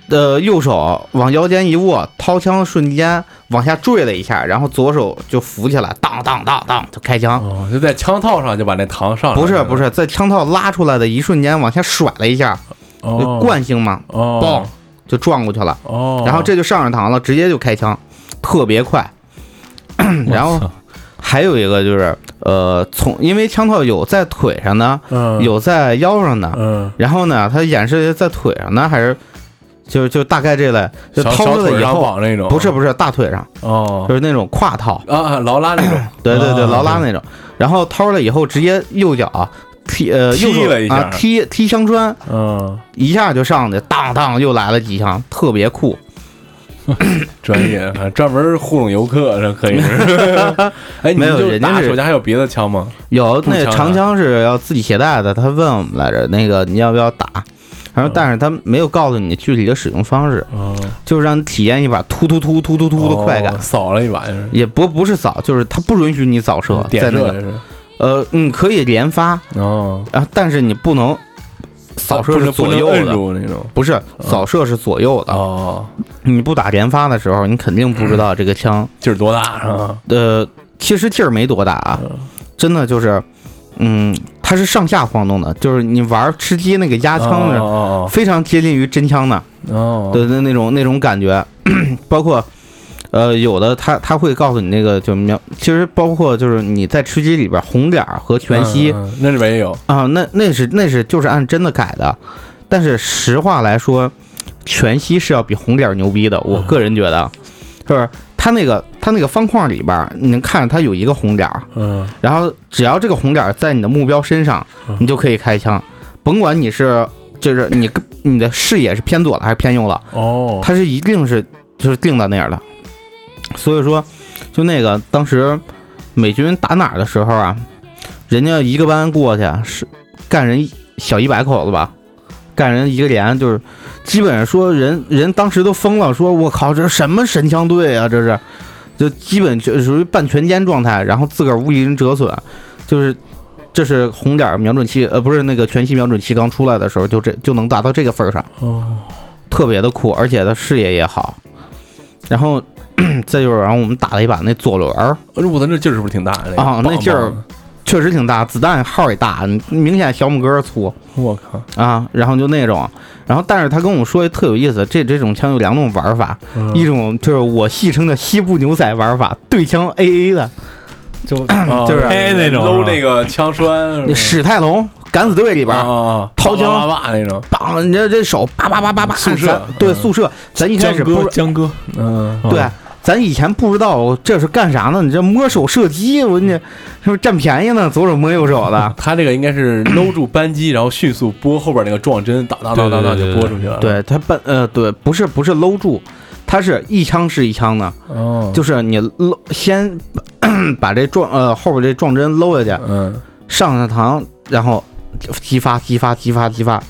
E: 呃，右手往腰间一握，掏枪的瞬间往下坠了一下，然后左手就扶起来，当当当当就开枪。
C: 哦，就在枪套上就把那膛上来了，
E: 不是不是，在枪套拉出来的一瞬间往下甩了一下，
C: 哦
E: 就，惯性嘛，
C: 哦
E: 嘣就撞过去了，
C: 哦，
E: 然后这就上上膛了，直接就开枪，特别 快。然
D: 我
E: 后
D: 操
E: 还有一个就是，呃，从因为枪套有在腿上的，
C: 嗯
E: 有在腰上的，
C: 嗯
E: 然后呢，它演示在腿上呢，还是就就大概这类，就
C: 小
E: 掏
C: 小
E: 出来
C: 腿
E: 以
C: 上
E: 后，
C: 绑那种，
E: 不是不是大腿上，
C: 哦
E: 就是那种跨套，
C: 啊，劳拉那种，
E: 对对对，
D: 啊
E: 劳拉那种。然后掏出来以后，直接右脚啊踢呃
C: 踢
E: 右手
C: 了一下
E: 啊踢踢香川，
C: 嗯，
E: 一下就上去，当当又来了几枪，特别酷。
C: 专业，啊专门糊弄游客，这可以 是。哎，你
E: 没
C: 们
E: 有
C: 就
E: 人家
C: 打
E: 是
C: 手枪还有别的枪吗？
E: 有
C: 步
E: 那
C: 枪啊
E: 长枪是要自己携带的，他问我们来着，那个你要不要打？然后
C: 嗯
E: 但是他没有告诉你具体的使用方式，
C: 嗯，
E: 就是让你体验一把突突突突突突的快感
C: 哦，扫了一把就是，
E: 也不不是扫，就是他不允许你扫射，
C: 嗯
E: 在
C: 点
E: 那
C: 射
E: 个
C: 也是。
E: 呃，你可以连发，
C: 哦，
E: 然后但是你不能扫射
C: 呃不
E: 是
C: 能不
E: 左
C: 能
E: 右
C: 摁
E: 的，
C: 住那种。
E: 不是扫射是左右的，
C: 哦，嗯
E: 你不打连发的时候，你肯定不知道这个枪
C: 劲儿多大啊是吧？
E: 呃，其实劲儿没多大啊，
C: 嗯
E: 真的就是，嗯，它是上下晃动的，就是你玩吃鸡那个压枪的，
C: 哦
E: 非常接近于真枪的，
C: 哦哦，
E: 对对那种那种感觉，包括。呃，有的他他会告诉你那个就瞄，其实包括就是你在吃鸡里边红点儿和全息
C: 嗯嗯那里边也有。
E: 啊、那那是那是就是按真的改的，但是实话来说，全息是要比红点儿牛逼的，我个人觉得，就是它那个它那个方框里边儿，你能看着它有一个红点儿，
C: 嗯，
E: 然后只要这个红点儿在你的目标身上
C: 嗯，
E: 你就可以开枪，甭管你是就是你你的视野是偏左了还是偏右了，
C: 哦，
E: 它是一定是就是定在那儿的，所以说就那个当时美军打哪儿的时候啊，人家一个班过去是干人小一百口子吧，干人一个连，就是基本上说人人当时都疯了，说我靠，这什么神枪队啊，这是，就基本就属于半全歼状态，然后自个儿无一人折损，就是。这是红点儿瞄准器，呃，不是那个全息瞄准器刚出来的时候，就这就能达到这个份儿上。
C: 哦，
E: 特别的酷，而且他视野也好。然后 再就是，然后我们打了一把那左轮儿，
C: 哎呦我操，那劲儿是不是挺大的？
E: 啊那劲儿
C: 棒棒的，
E: 确实挺大，子弹号也大，明显小拇哥儿粗
C: 我靠！
E: 啊。然后就那种，然后但是他跟我说一特有意思，这这种枪有两种玩法，
C: 嗯
E: 一种就是我戏称的西部牛仔玩法，对枪 AA 的，
D: 就
C: 哦 嗯
E: 就是
D: 哎那种是
C: 搂
D: 吧
C: 那个枪栓，
E: 那史泰龙敢死队里
C: 里
E: 边儿。掏枪
C: 哦哇哇那种。
E: 梆，你这这手叭叭叭叭叭，
C: 宿舍
E: 咱对
C: 嗯
E: 宿舍，咱一开
D: 江
E: 始不
D: 哥，
E: 是
D: 江哥，
C: 嗯，。
E: 对
D: 啊，
E: 咱以前不知道这是干啥呢？你这摸手射击，我你是不是占便宜呢？左手摸右手的
C: 他这个应该是搂住扳机，然后迅速拨后边那个撞针，当当当当当就拨出去了。，
E: 对他半呃对，不是不是搂住，他是一枪是一枪的，
C: 哦，
E: 就是你搂先把这撞呃后边这撞针搂下去，
C: 嗯，
E: 上下堂，然后激发激发激发激发，
C: 哦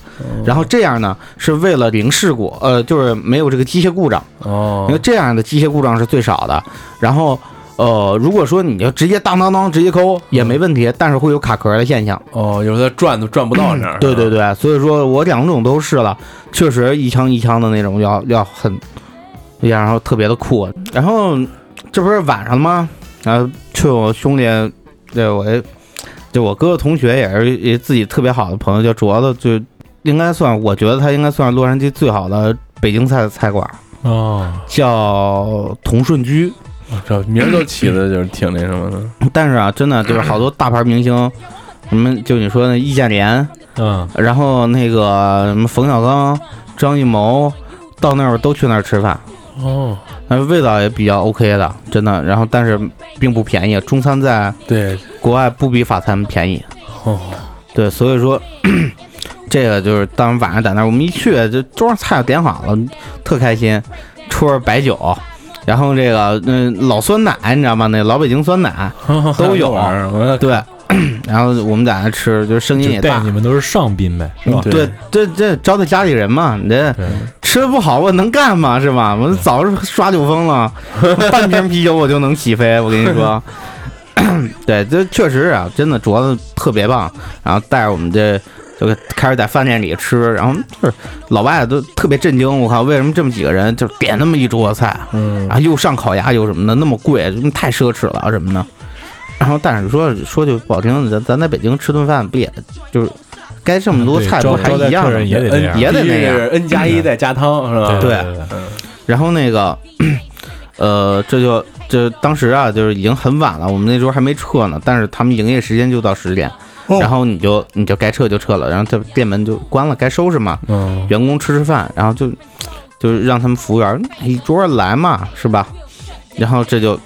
E: 然后这样呢是为了零事故，呃，就是没有这个机械故障，
C: 哦
E: 因为，这样的机械故障是最少的。然后呃，如果说你就直接当当当直接抠也没问题，但是会有卡壳的现象。
C: 哦，有时候它转都转不到那儿。
E: 对对对，所以说我两种都试了，确实一枪一枪的那种要要很，然后特别的酷。然后这不是晚上了吗？然后去我兄弟，对我就我哥哥同学也是也自己特别好的朋友叫卓子，就应该算我觉得他应该算是洛杉矶最好的北京菜的菜馆，
D: 哦，
E: 叫同顺居。
C: 哦，这名儿都起的就是挺那什么的。
E: 但是啊，真的就是好多大牌明星，什么就你说那易建联。
D: 嗯，
E: 然后那个什么冯小刚、张艺谋到那儿都去那儿吃饭，
C: 哦，
E: 但是味道也比较 OK 的，真的。然后但是并不便宜，中餐在
C: 对，
E: 国外不比法餐便宜。
C: 哦，
E: 对，所以说 这个就是当时晚上在那儿，我们一去就桌上菜就点好了，特开心，戳着白酒。然后这个嗯老酸奶你知道吗？那老北京酸奶
D: 哦
E: 都有
C: 这玩意儿。嗯我
E: 对，然后我们在那吃，就是声音也
D: 就
E: 大
D: 带，你们都是上宾呗，是吧？
E: 对，这这招待家里人嘛，你这
D: 对，
E: 吃的不好我能干嘛是吧？我早就耍酒疯了，半瓶啤酒我就能起飞。我跟你说， 对，这确实啊，真的镯子特别棒。然后带着我们这就开始在饭店里吃，然后就是老外都特别震惊，我靠，为什么这么几个人就点那么一桌子菜？
C: 嗯
E: 啊，又上烤鸭又什么的，那么贵，太奢侈了什么的。然后，但是说说句不好听的，咱咱在北京吃顿饭不也就是该这么多
D: 对
E: 菜不
D: 招
E: 还
D: 招待
E: 一样
D: 客
E: 吗
D: 人？也得这样，
E: 也得那样
C: 是 N 加一再加汤是吧？
D: 对
E: 对嗯然后那个，呃，这就这当时啊，就是已经很晚了，我们那时候还没撤呢，但是他们营业时间就到十点，
C: 哦
E: 然后你就你就该撤就撤了，然后这店门就关了，该收拾嘛，
C: 嗯，
E: 员工吃吃饭，然后就就是让他们服务员哎一桌来嘛，是吧？然后这就。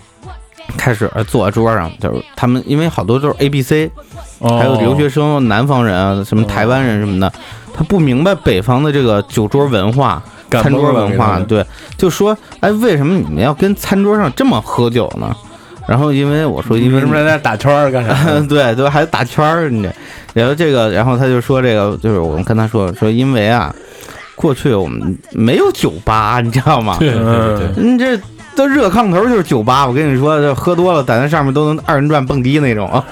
E: 开始坐在桌上，就是他们，因为好多都是 A、B、C，
C: 哦
E: 还有留学生、南方人啊，什么台湾人什么的，他不明白北方的这个酒桌文化，
C: 赶
E: 餐桌
C: 崩了
E: 文
C: 给
E: 化，
C: 他们
E: 对，就说，哎，为什么你们要跟餐桌上这么喝酒呢？然后因为我说，因
C: 你
E: 为
C: 为什么在那打圈儿干啥？
E: 对对，还打圈儿，你这，然后这个，然后他就说这个，就是我们跟他说说，因为啊，过去我们没有酒吧，你知道吗？
D: 对对对对，
E: 你嗯这都热炕头就是酒吧，我跟你说，这喝多了在那上面都能二人转蹦迪那种。啊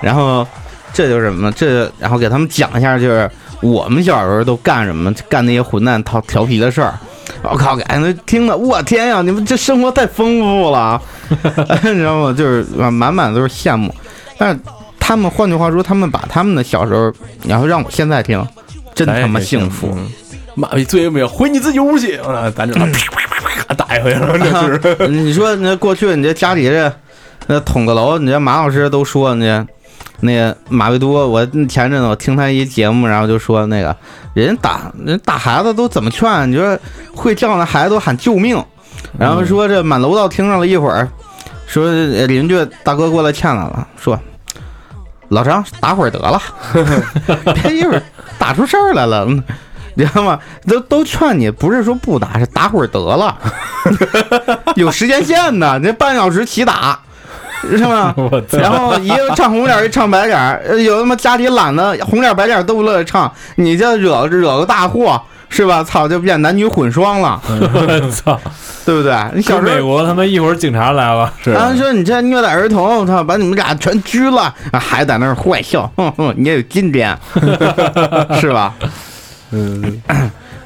E: 然后这就是什么？这然后给他们讲一下，就是我们小时候都干什么，干那些混蛋调调皮的事儿。我靠，感觉听的，我天呀，你们这生活太丰富了，你知道吗？就是满满都是羡慕。但是他们，换句话说，他们把他们的小时候，然后让我现在听，真他
C: 哎
E: 妈幸福。。
C: 嗯
E: 嗯
C: 妈逼，罪也没有，回你自己屋去！啊咱就打一回了，这是。
E: 你说你这过去你这家里这那捅个楼，你这马老师都说你这那个马未都，我前阵子我听他一节目，然后就说那个人打人打孩子都怎么劝？啊你说会叫那孩子都喊救命，然后说这满楼道听上了一会儿，说呃邻居大哥过来劝来了，说老张打会儿得了， 别一会儿打出事儿来了。 嗯你知道吗？都都劝你，不是说不打，是打会儿得了， 有时间线的，你这半小时起打，是吗？
D: 我操，
E: 然后一个唱红脸儿，一唱白脸儿，呃有他妈家里懒得红脸儿白脸儿都不乐意唱，你这惹惹个大祸是吧？操，就变男女混双 了，
D: 我操，
E: 对不对？你嗯小时
D: 美
E: 候。
D: 国他妈一会儿警察来了，
C: 是
E: 然后啊说你这虐待儿童，操，把你们俩全拘了，啊还在那儿坏笑， 哼哼，你也有今天， 是吧？
C: 嗯，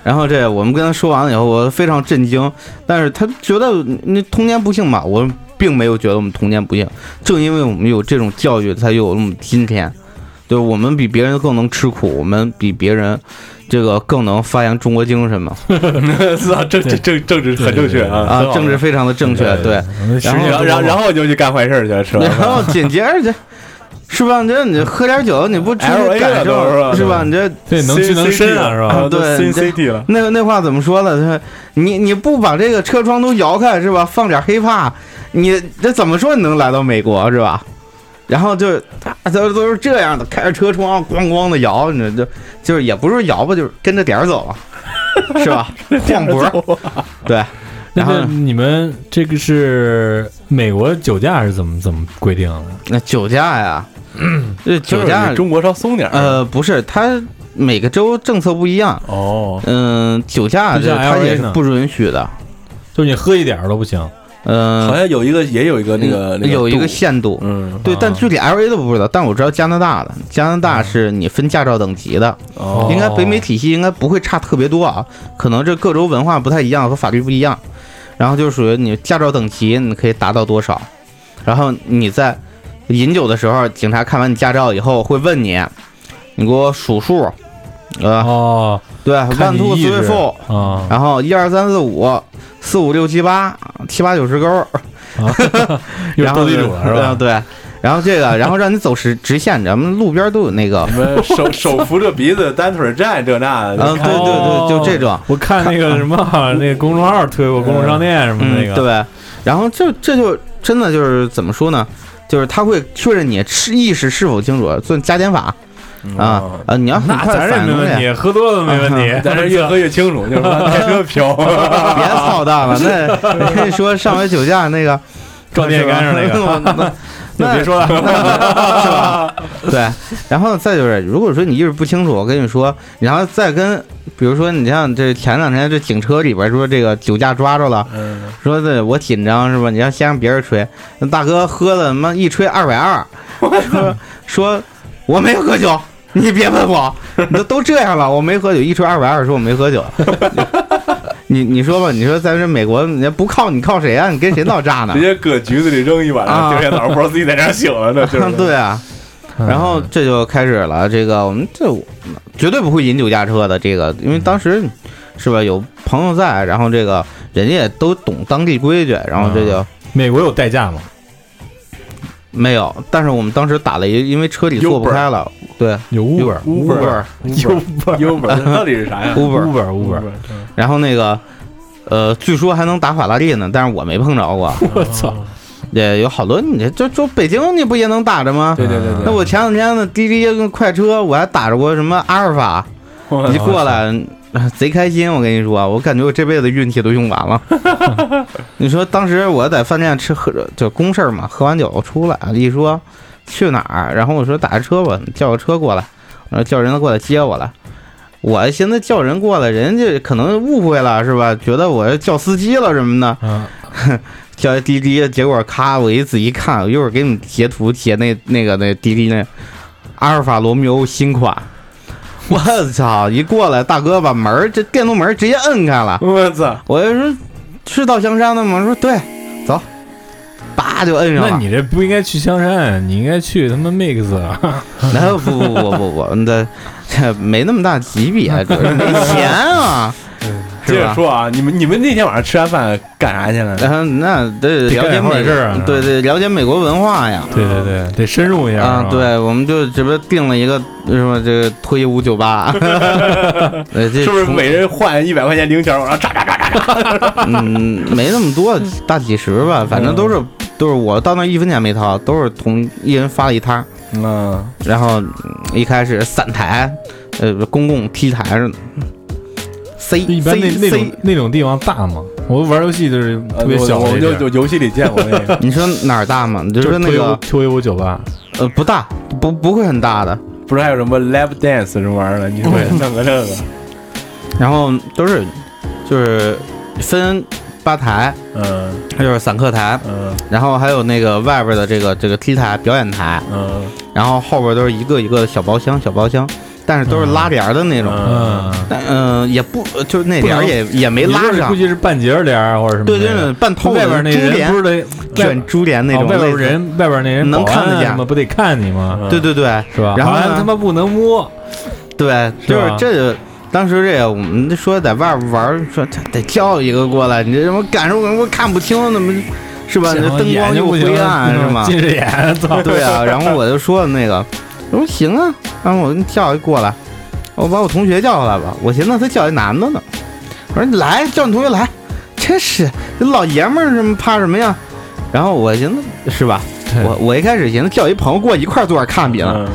E: 然后这我们跟他说完了以后，我非常震惊，但是他觉得那童年不幸嘛，我并没有觉得我们童年不幸，正因为我们有这种教育，才有了我们今天。就是我们比别人更能吃苦，我们比别人这个更能发扬中国精神嘛，
C: 是啊，政政政政治很正确啊
E: 啊，政治。非常的正确，对。
D: 然
E: 然
C: 然
E: 后
C: 后，然后，然后你就去干坏事儿去了，是吧？
E: 然后紧接着这，是吧？你这你喝点酒，你不出
C: LA
E: 去
C: 了
E: 感
C: 都是吧
E: 受，是吧？你这
D: 对能屈能伸啊，是吧？
E: 对
C: 新
E: 你这
C: CT 了，
E: 那那话怎么说呢？他你你不把这个车窗都摇开是吧？放点黑怕，你这怎么说你能来到美国是吧？然后就他都都是这样的，开着车窗咣咣的摇，你这就就是也不是摇吧，就是跟着点儿 走，是吧？晃脖儿，对。
D: 那
E: 然后
D: 那你们这个是美国酒驾是怎么怎么规定啊的？
E: 那酒 驾呀，
C: 就
E: 这酒
C: 是
E: 驾
C: 你中国稍松点儿
E: 呃不是，它每个州政策不一样。
C: 哦，
E: 嗯，酒驾
D: 就
E: 这
D: 像
E: 它
D: LA
E: 也是
D: 呢
E: 不允许的。
D: 就是你喝一点儿都不行。
E: 嗯，
C: 好像有一个也有一个那个那
E: 有一
C: 度
E: 个限度。
C: 嗯
E: 对
D: 啊，
E: 但具体 L A 的我不知道，但我知道加拿大的，加拿大是你分驾照等级的，
C: 哦
E: 应该北美体系应该不会差特别多啊，可能这各州文化不太一样和法律不一样，然后就属于你驾照等级你可以达到多少，然后你在饮酒的时候，警察看完你驾照以后会问你，你给我数数，呃，
D: 哦
E: 对
D: 看
E: ，one
D: 你
E: two
D: 意
E: three
D: 志
E: four，
D: 啊，
E: 然后一二三四五四五六七八七八九十勾，
D: 又是
E: 然后呃
D: 斗地主了是吧？
E: 对，然后 这个，然后让你走直直线，咱们路边都有那个，
C: 什么手手扶着鼻子单腿站这那的，
E: 嗯，对对对，
D: 哦
E: 就这种，
D: 我看那个什 么，那个公众号推过公众商店什么
E: 嗯
D: 那，个，
E: 对。然后这这就真的就是怎么说呢？就是他会确认你是意识是否清楚，算加减法啊
C: 嗯
E: 啊！你要很
D: 哦那
E: 快
D: 咱也
E: 反
D: 没
E: 应过啊
D: 问
E: 来，
D: 题，喝多了没问题，
C: 但是越喝越清楚，就是说开车飘，
E: 别操蛋了。那你可以说上回酒驾那个
D: 撞电线杆上那 个
E: 个，
D: 那别说了，
E: 是吧？ 对，然后再就是，如果说你意识不清楚，我跟你说，然后再跟，比如说你像这前两天这警车里边说这个酒驾抓着了，
C: 嗯
E: 说的我紧张是吧？你要先让别人吹，那大哥喝了他妈一吹二百 二，说说我没喝酒。你别问我，你都都这样了，我没喝酒，一吹二百二，说我没 喝酒。你你说吧，你说在这美国，你不靠你靠谁啊？你跟谁 闹诈呢
C: 直？接搁局子里扔一晚上，
E: 啊
C: 第二天早上不知道自己在哪儿醒了 呢，就是
E: 对啊，
D: 嗯
E: 然后这就开始了，这个我们这我绝对不会饮酒驾车的，这个因为当时是吧有朋友在，然后这个人家也都懂当地规矩，然后这就
D: 美国有代驾吗？
E: 没有。但是我们当时打了一，因为车里坐不开了，对
D: 有 Uber
C: 有 Uber
D: Uber
C: Uber 到底是啥呀
E: Uber，
D: Uber Uber，
E: 然后那个呃，据说还能打法拉利呢，但是我没碰着过。
D: 我操，
E: 也有好多，你这就就北京你不也能打着吗？
C: 对对对对，
E: 那我前两天呢，滴滴跟快车我还打着过什么阿尔法，
C: 我
E: 一过来，啊贼开心！我跟你说，我感觉我这辈子运气都用完了。你说当时我在饭店吃喝，就公事儿嘛，喝完酒出来，一说去哪儿，然后我说打个车吧，叫个车过来，我说叫人过来接我来。我寻思叫人过来，人家可能误会了是吧？觉得我叫司机了什么的，
D: 嗯，
E: 叫滴滴，结果咔，我一仔细看，我一会儿给你们截图截那那个那滴滴那阿尔法罗密欧 新款。我操！一过来，大哥把门儿这电动门儿直接摁开了，
C: 我操，
E: 我就说是到香山的吗？说对，走，叭就摁上了。
D: 那你这不应该去香山，你应该去他妈 Mix 啊，
E: 那不不不不不，那这没那么大级别， 主要是没钱啊，
D: 嗯
C: 接
E: 是
C: 着
E: 吧？
C: 说啊，你们你们那天晚上吃完饭干啥去了？
E: 然后呃那得了解
D: 干会
E: 美
D: 儿事儿啊
E: 对对，了解美国文化呀。
D: 对对对，得深入一下
E: 啊，，对，我们就直接定了一个什么这个脱衣舞酒 吧，呃，这
C: 是不是
E: 从
C: 每人换一百块钱零钱往上 炸炸炸炸？
E: 嗯没那么多，大几十吧，反正都是
D: 嗯
E: 都是我到那一分钱没掏，都是同一人发了一摊儿，
C: 嗯，
E: 然后嗯一开始散台，呃，公共 T 台上的 C
D: 一般那
E: C
D: 那
E: C，。
D: 种那种地方大吗？我玩游戏就是特别小
C: 呃我
D: 的
C: 我
D: 地
C: 就
D: 儿，
C: 就游戏里见过那个
E: 你说哪儿大吗？你就
D: 就是是
E: 那个
D: 脱衣舞酒吧，
E: 呃不大，不不会很大的，
C: 不是还有什么 lap dance 什么玩意儿的？你会
E: 嗯
C: 弄个这个？
E: 然后都是就是分吧台，
C: 嗯
E: 就是散客台。
C: 嗯
E: 然后还有那个外边的这个这个 T 台表演台，
C: 嗯，
E: 然后后边都是一个一个的小包厢，小包厢，但是都是拉帘儿的那种，
C: 嗯
D: 嗯，
E: 但嗯、也不就是那帘儿也也没
D: 你
E: 拉
D: 就是
E: 上
D: 估，计是半截儿帘儿或者什么的，
E: 对对对，半透
D: 外边那
E: 珠
D: 人不
E: 帘
D: 是得
E: 卷珠帘那
D: 哦
E: 种
D: 外
E: 类
D: 边
E: 似，
D: 人外边那人
E: 能
D: 保安
E: 看得见
D: 什么不得看你吗？
E: 啊对对对
D: 是吧？
E: 然后
D: 保安
E: 呢
D: 他妈不能摸，
E: 对，
D: 是
E: 就是
D: 吧
E: 这个。当时这个我们说在外边玩儿，说这得叫一个过来，你这什么感受我看不清，怎么是吧？你这灯光
D: 眼睛
E: 又
D: 不行嗯
E: 灰 暗是吗？
D: 近视眼，操！
E: 对 啊，然后我就说那个，我说行啊，然后我给你叫一过来，我把我同学叫过来吧。我寻思他叫一男的呢，我说你来叫你同学来，真是这老爷们儿什么怕什么呀？然后我寻思是吧，
D: 对
E: 我我一开始寻思叫一朋友过来一块儿坐着看比呢，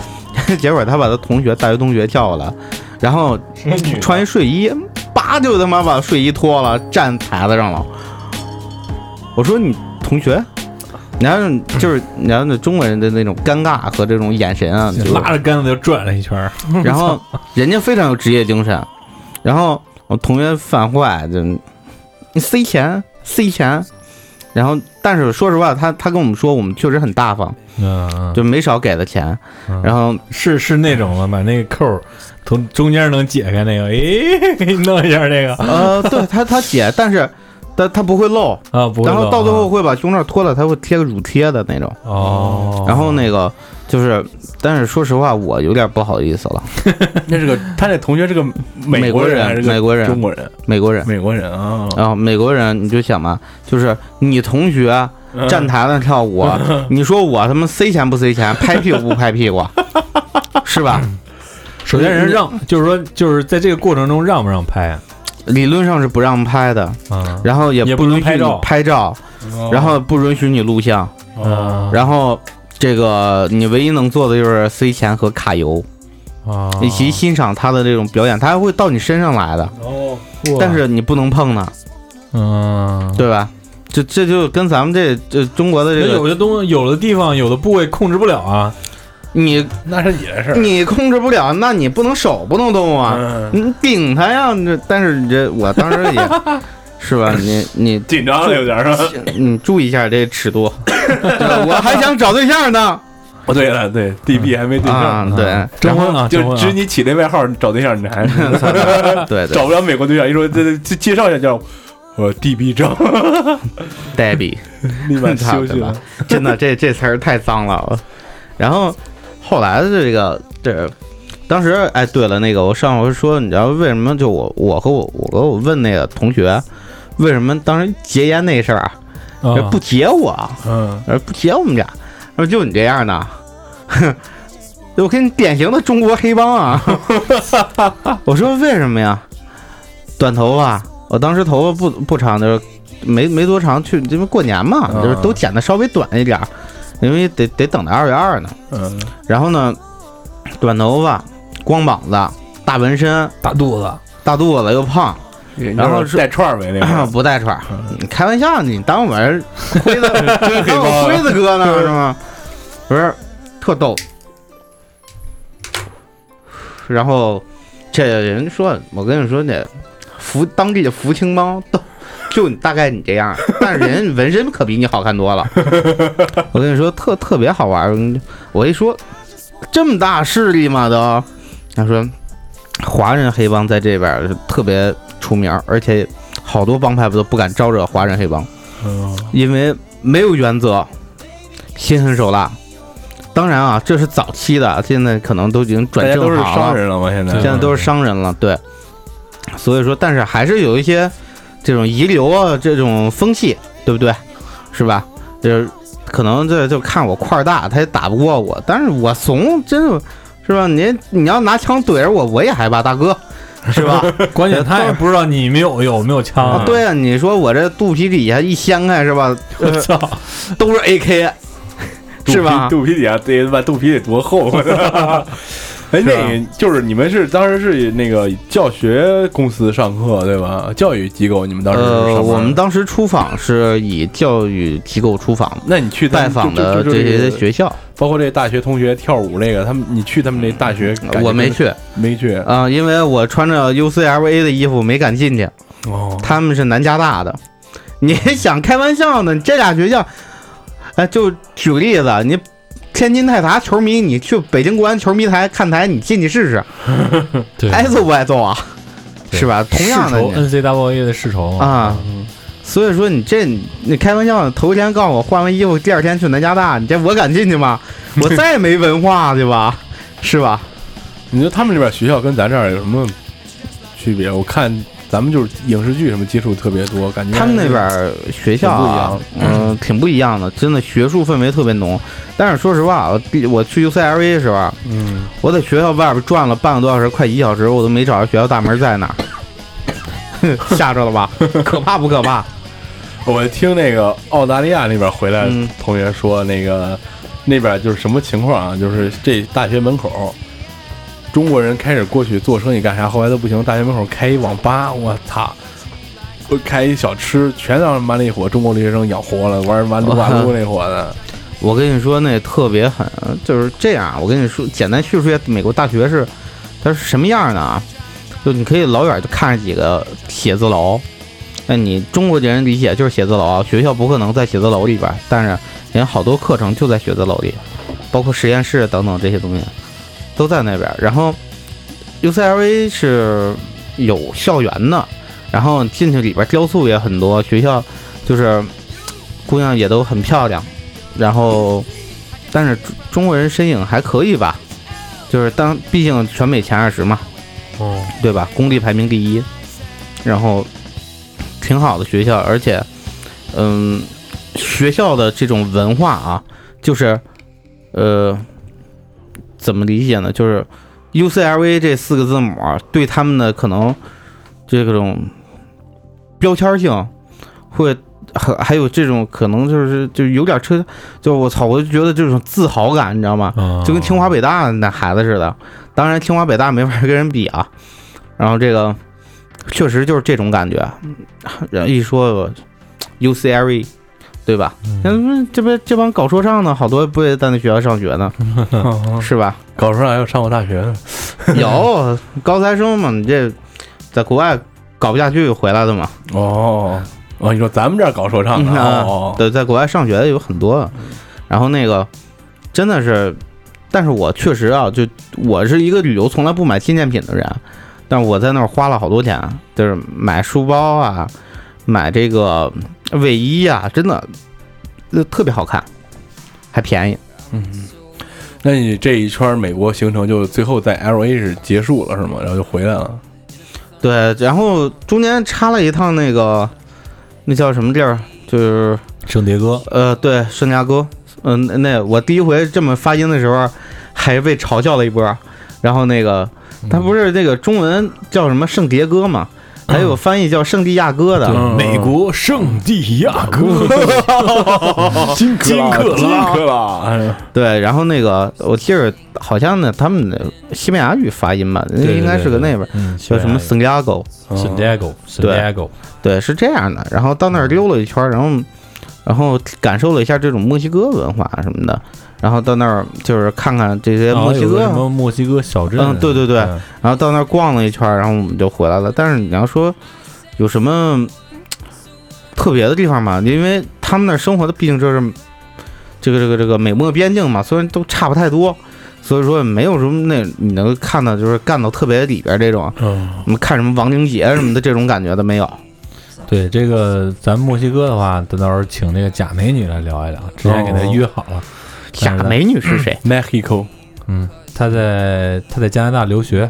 C: 嗯
E: 结果他把他同学大学同学叫过来，然后
D: 嗯
E: 穿一睡衣，叭就他妈把睡衣脱了，站台子上了。我说你同学，然后就是然后那中国人的那种尴尬和这种眼神啊，就是
D: 拉着杆子就转了一圈儿，
E: 然后人家非常有职业精神，然后我同学犯坏就你塞钱塞钱，然后但是说实话，他他跟我们说我们确实很大方，
D: 嗯嗯，
E: 就没少给他钱，
D: 嗯
E: 然后
D: 是是那种吗？把那个扣儿从中间能解开那个，诶，给你弄一下这个
E: 呃对他他姐，但是他他不会漏，
D: 啊，不会
E: 然后
D: 漏
E: 到最
D: 啊
E: 后会把胸罩脱了，他会贴个乳贴的那种。
D: 哦，
E: 然后那个就是，但是说实话，我有点不好意思了。
C: 那是个他那同学是个美
E: 国
C: 人还是
E: 人，美
C: 个
E: 国
C: 中
E: 人，
C: 国人？
E: 美国
D: 嗯
E: 人。
C: 美国人啊，
E: 然后美国人，你就想嘛，就是你同学啊站台上跳舞，
D: 嗯
E: 你说我他妈塞钱不塞钱，拍屁股不拍 屁股，是吧？
D: 首先人让，就是说就是在这个过程中让不让拍啊？
E: 理论上是不让拍的，
D: 啊，
E: 然后也
D: 也
E: 不
D: 不能
E: 允许
D: 拍
E: 你
D: 照哦
E: 拍照，
C: 嗯
E: 然后不允许你录像，
D: 啊
C: 哦
E: 然后这个你唯一能做的就是塞钱和卡油。
D: 啊，
E: 以及欣赏他的这种表演，他还会到你身上来的，
C: 哦，
E: 但是你不能碰他，
D: 嗯，
E: 对吧？这这就跟咱们这这中国的
D: 那
E: 这个，
D: 有的东有的地方有的部位控制不了啊，
E: 你
C: 那是你的事儿。
E: 你控制不了，那你不能手不能动啊，
C: 嗯，
E: 你顶他呀！这但是你这我当时也 是吧，你你
C: 紧张了有点儿是吧？
E: 你注意一下这 尺度，对我还想找对象呢
C: 哦，对了，对，DB 还没对
E: 啊
C: 象，，嗯
E: 对
D: 征婚啊，征
C: 就
D: 婚
C: 只
D: 啊
C: 你起那外号，你找对象你还
E: 对对
C: 找不着美国对象，一说这这介绍一下叫我 DB 张，
E: ，Debbie。
C: 立马
E: 差
C: 休
E: 不
C: 息
E: 多
C: 了
E: 吧。真的，这这词儿太脏了。然后后来的这个这，当时哎，对了，那个我上回说，你知道为什么就我我和我我和我问那个同学，为什么当时结烟那事儿啊，
D: 啊
E: 不结我，
C: 嗯，
E: 呃不结我们俩，说就你这样的， 哼，我跟你典型的中国黑帮啊。 我说为什么呀？短头发，我当时头发不不长，就是没没多长，去因为过年嘛，
C: 嗯
E: 就是都剪的稍微短一点儿，因为得得等到二月二呢。
C: 嗯，
E: 然后呢，短头发，光膀子，大纹身，
D: 大肚子，
E: 大肚子又胖，然后是
C: 带串儿呗，那会儿 嗯
E: 不带串儿。你开玩笑呢，你当我是辉子，当我辉子哥呢是吗？不是，特逗。然后这人说，我跟你说，那福当地的福清帮都就你大概你这样，但是人家纹身可比你好看多了。我跟你说，特特别好玩儿。我一说这么大势力嘛都，他说华人黑帮在这边儿是特别出名儿，而且好多帮派不都不敢招惹华人黑帮，
D: 嗯
E: 因为没有原则，心狠手辣。当然啊，这是早期的，现在可能都已经
C: 大
E: 转
C: 家
E: 正
C: 都是
E: 行了
C: 商，人了嘛，现在
E: 现在都是商人了，对。所以说，但是还是有一些这种遗留啊，这种风气，对不对？是吧？就是可能这就看我块儿大，他也打不过我，但是我怂，真的是吧？你你要拿枪怼着我，我也害怕，大哥，是吧？
D: 关键他也不知道你没有有没有枪
E: 呃啊
D: 啊，
E: 对啊，你说我这肚皮底下一掀开是吧？
D: 我操，
E: 都是 AK，
C: 呃肚皮
E: 是吧？
C: 肚皮底下得把肚皮得多厚？哎，那个就是你们是当时是那个教学公司上课对吧？教育机构你们当时是上
E: 呃，
C: 班
E: 我们当时出访是以教育机构出访的，
C: 那你去他
E: 拜
C: 们
E: 访
C: 就就
E: 的
C: 就
E: 这
C: 就
E: 些
C: 个
E: 学校，
C: 包括这大学同学跳舞那个，他们你去他们那大学，感觉
E: 啊
C: 呃
E: 我没
C: 真的
E: 去。
C: 没去
E: 啊、因为我穿着 UCLA 的衣服没敢进去，
C: 哦，
E: 他们是南加大的。 你还想开玩笑呢？这俩学校，哎，就举个例子，你天津泰达球迷，你去北京国安球迷台看台，你进去试试，
D: 对，
E: 挨揍不挨揍啊？
D: 对
E: 是吧？同样的你
D: N C W A 的世仇嘛
E: 啊，所以说你这你开玩笑，头一天告诉我换完衣服，第二天去南加大，你这我敢进去 吗？我再没文化对吧？是吧？
C: 你说他们那边学校跟咱这儿有什么区别？我看咱们就是影视剧什么接触特别多，感觉
E: 他们那边儿学校啊，嗯、挺不一样的，真的学术氛围特别浓。但是说实话，我毕我去 UCLA 的时候，啊
C: 嗯，
E: 我在学校外边转了半个多小时，快一小时，我都没找着学校大门在哪儿。吓着了吧？可怕不可怕？
C: 我听那个澳大利亚那边回来
E: 嗯
C: 同学说，那个那边就是什么情况啊？就是这大学门口。中国人开始过去做生意干啥，后来都不行。大学门口开一网吧，我操！不开一小吃，全让妈那伙中国留学生养活了，玩完 撸啊撸那伙的，
E: 我跟你说，那特别狠，就是这样。我跟你说，简单叙述一下美国大学是它是什么样的啊？就你可以老远就看着几个写字楼，那你中国人理解就是写字楼啊。学校不可能在写字楼里边，但是人好多课程就在写字楼里，包括实验室等等这些东西都在那边。然后 UCLA 是有校园的，然后进去里边雕塑也很多，学校就是姑娘也都很漂亮。然后，但是中中国人身影还可以吧，就是当毕竟全美前二十嘛，
D: 哦，
E: 对吧？公立排名第一，然后挺好的学校，而且，嗯，学校的这种文化啊，就是，呃，怎么理解呢？就是 UCLA 这四个字母啊对他们的可能这种标签性会。还还有这种可能就是就有点车，就我操，我就觉得这种自豪感，你知道吗？
C: 哦
D: 啊
E: 就跟清华北大那孩子似的。当然，清华北大没法跟人比啊。然后这个确实就是这种感觉，然后一说 UCLA，对 E，吧？那、嗯、这边这帮搞说唱的好多不也在那学校上学呢，
D: 嗯
E: 是吧？
C: 搞出来又上过大学呢。
E: 有高材生嘛？你这在国外搞不下去回来的嘛？
C: 哦，哦，你说咱们这儿搞说唱的，
E: 嗯啊
C: 哦，
E: 对，在国外上学的有很多，然后那个真的是，但是我确实啊，就我是一个旅游从来不买纪念品的人，但是我在那儿花了好多钱，就是买书包啊，买这个卫衣啊，真的，呃特别好看，还便宜。
C: 那你这一圈美国行程就最后在 L A 是结束了是吗？然后就回来了。
E: 对，然后中间插了一趟那个，那叫什么地儿？就是
D: 圣迭戈，
E: 呃，对，圣地亚哥，嗯、那那我第一回这么发音的时候，还被嘲笑了一波。然后那个，
D: 嗯
E: 他不是那个中文叫什么圣迭戈嘛，还
D: 嗯
E: 有翻译叫圣地亚哥的。
C: 嗯
B: 美国圣地亚 哥，金克拉
C: 克
B: 金
C: 拉啊
B: 克拉，
E: 对，然后那个我记着好像呢，他们的西班牙语发音吧，那
D: 对对
E: 应该是个那边儿
D: 嗯，
E: 叫什么圣地亚哥。
D: 圣迭戈，圣
E: 对
D: 迭戈，
E: 对，是这样的。然后到那
D: 嗯
E: 儿溜了一圈儿，然后然后感受了一下这种墨西哥文化什么的。然后到那儿就是看看这些墨
D: 哦
E: 西
D: 有
E: 哥啊
D: 个什么墨西哥小镇，
E: 嗯对对对
D: 嗯
E: 然后到那儿逛了一圈儿，然后我们就回来了。但是你要说有什么嘖特别的地方嘛，因为他们那儿生活的毕竟这是这个这个这个美墨边境嘛，虽然都差不太多，所以说也没有什么那你能看到就是干到特别里边儿这种，
D: 嗯，
E: 你们看什么亡灵节什么的这种感觉的没有。
D: 对这个咱墨西哥的话，等到时候请那个假美女来聊一聊，之前给她约好了，
E: 假美女是 谁？
C: Mexico
D: 嗯，她在她在加拿大留学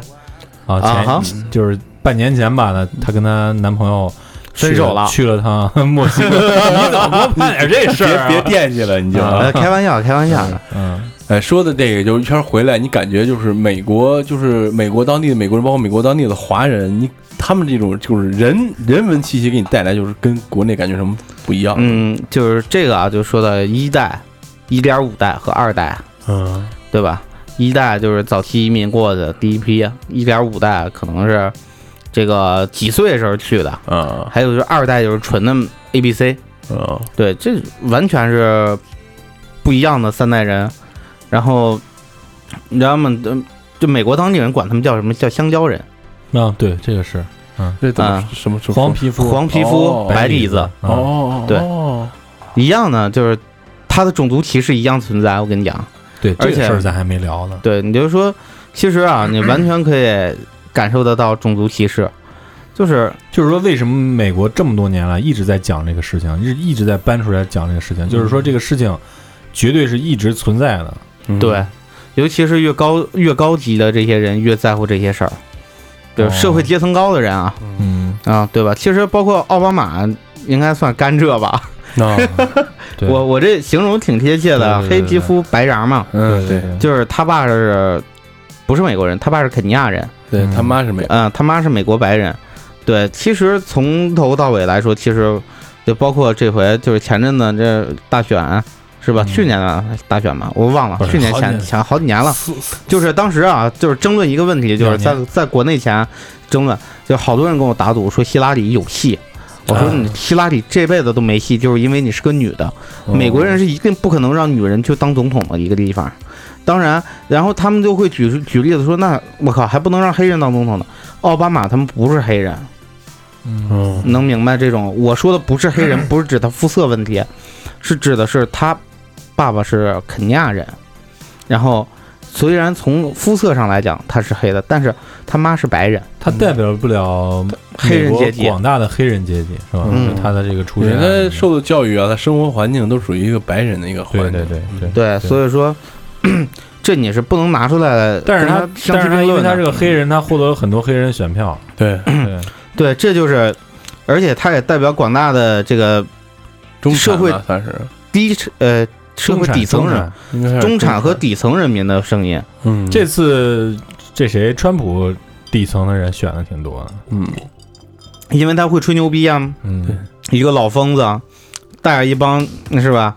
D: 啊，
E: 啊
D: 前、
E: 哈
D: 就是半年前吧，呢，她跟她男朋友去
E: 分手了
D: 去了 趟墨西哥，你怎么办点这事儿、啊？
C: 别别惦记了，你就。
E: 呃，开玩笑，开玩笑的。
D: 嗯，
C: 哎，说的这个就是一圈回来，你感觉就是美国，就是美国当地的美国人，包括美国当地的华人，你他们这种就是人人文气息给你带来，就是跟国内感觉什么不一样？
E: 嗯，就是这个啊，就说到一代、一点五代和二代。
D: 嗯
E: 对吧？一代就是早期移民过去的第一批，一点五代可能是这个几岁时候去的，
C: 啊
E: 还有就是二代就是纯的 A B C，
C: 啊
E: 对，这完全是不一样的三代人。然后你知道吗？呃就美国当地人管他们叫什么？叫香蕉人，
D: 啊，对，这个是
C: 这怎么
E: 啊
C: 什么什么
D: 黄皮肤，
E: 黄皮肤、
C: 哦
E: 白底子，
D: 嗯
C: 哦
E: 对
C: 哦
E: 一样的，就是他的种族歧视一样存在。我跟你讲，
D: 对，这
E: 而
D: 个
E: 且
D: 事儿咱还没聊呢。
E: 对，你就说，其实啊，你完全可以感受得到种族歧视，就是
D: 就是说，为什么美国这么多年来一直在讲这个事情，一一直在搬出来讲这个事情？就是说，这个事情绝对是一直存在的。
C: 嗯
E: 对，尤其是越高越高级的这些人越在乎这些事儿，就
D: 哦
E: 是社会阶层高的人啊、
D: 嗯，
E: 啊，对吧？其实包括奥巴马应该算甘蔗吧，
D: 那
C: 哦
D: 对，
E: 我我这形容挺贴切的，
D: 对对对
E: 黑皮肤白瓤嘛，
C: 嗯对
E: 就是他爸是不是美国人？他爸是肯尼亚人，
C: 对，他妈是美
E: 嗯、他妈是美国白人，对，其实从头到尾来说，其实就包括这回就是前阵子这大选。啊是吧？
D: 嗯
E: 去年的大选嘛，我忘了
D: 不，是
E: 去年
D: 好
E: 前
D: 几年
E: 前好几年了，
D: 四四
E: 就是当时啊，就是争论一个问题，就是
D: 两
E: 在在国内前争论，就好多人跟我打赌说希拉里有戏，我说
D: 啊
E: 你希拉里这辈子都没戏，就是因为你是个女的。
D: 嗯
E: 美国人是一定不可能让女人去当总统的一个地方。当然，然后他们就会举举例子说，那我靠，还不能让黑人当总统呢？奥巴马他们不是黑人，
D: 嗯
E: 能明白这种？我说的不是黑人，不是指他肤色问题，是指的是他爸爸是肯尼亚人，然后虽然从肤色上来讲他是黑的，但是他妈是白人，
D: 他代表不了
E: 黑人
D: 美国
E: 阶级
D: 广大的黑人阶级是吧？
E: 嗯
D: 就他的这个出身
C: 人
D: 啊，
C: 家受的教育啊，他生活环境都属于一个白人的一个环
D: 对
C: 境。
D: 对对对，
E: 对，所以说 这你是不能拿出来，
D: 但是他
E: 跟相
D: 但
E: 提
D: 是
E: 并
D: 他因为
E: 论的嗯
D: 他是个黑人，他获得了很多黑人选 票，
C: 对
D: 对，
E: 对，这就是，而且他也代表广大的这个
C: 中产
E: 社会
C: 吧算是
E: 低呃社会
D: 中产
E: 底层人、。嗯
C: 应该是
E: 中产和底层人民的声音。
C: 嗯
D: 这次这谁，川普底层的人选的挺多的，
C: 嗯
E: 因为他会吹牛逼啊，
D: 嗯，
E: 一个老疯子，啊带着一帮是吧？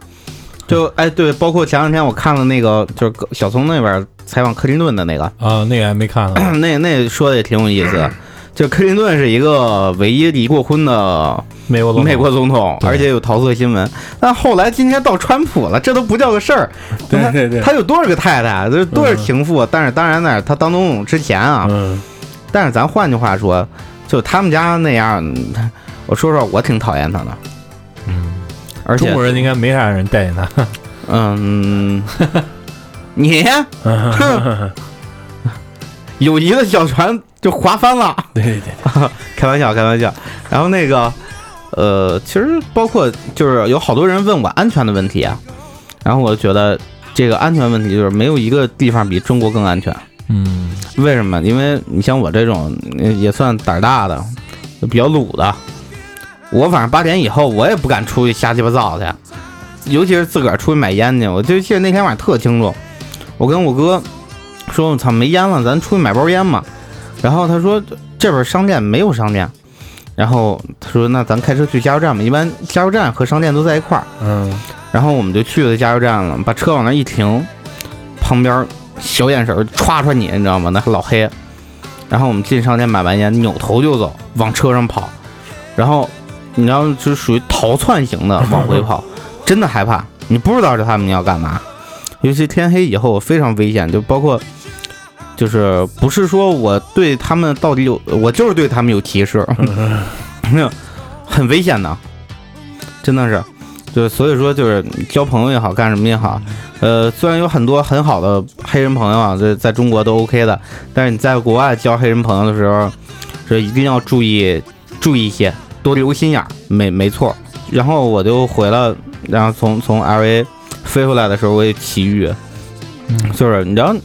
E: 就哎对，包括前两天我看了那个，就是小松那边采访克林顿的那个，
D: 啊，那个还没看 呢，
E: 那那说的也挺有意思的。就克林顿是一个唯一离过婚的
D: 美国总统
E: 美国总统，
D: 对
E: 而且有桃色新闻。但后来今天到川普了，这都不叫个事儿。
C: 对对对，
E: 他有多少个太太，就是多少情妇？啊但是当然呢，他当总统之前啊，
C: 嗯
E: 但是咱换句话说，就他们家那样，我说实话，我挺讨厌他的。
D: 嗯
E: 而
D: 中
E: 且
D: 国，人应该没啥人待见 他，
E: 嗯，你 哼友谊的小船就划翻了，
C: 对对对，
E: 开玩笑，开玩笑。然后那个，呃，其实包括就是有好多人问我安全的问题啊，然后我就觉得这个安全问题就是没有一个地方比中国更安全。
D: 嗯
E: 为什么？因为你像我这种呃也算胆儿大的，比较鲁的，我反正八点以后我也不敢出去瞎鸡巴造去，尤其是自个儿出去买烟去。我就记得那天晚上特清楚，我跟我哥说：“我操，没烟了，咱出去买包烟嘛。”然后他说：“这边商店没有商店。”然后他说：“那咱开车去加油站吧，一般加油站和商店都在一块儿。”
C: 嗯
E: 然后我们就去了加油站了，把车往那一停，旁边小眼神儿歘歘你，你知道吗？那老黑。然后我们进商店买完烟，扭头就走，往车上跑。然后你知道，就属于逃窜型的往回跑，真的害怕，你不知道这他们要干嘛。尤其天黑以后非常危险，就包括。就是不是说我对他们到底有，我就是对他们有歧视， 没有，很危险的，真的是。对，所以说就是交朋友也好，干什么也好，呃，虽然有很多很好的黑人朋友啊，这在中国都 OK 的，但是你在国外交黑人朋友的时候，这一定要注意注意一些，多留心眼儿，没没错。然后我就回了，然后从从 LA 飞回来的时候，我也奇遇，
D: 嗯
E: 就是你知道，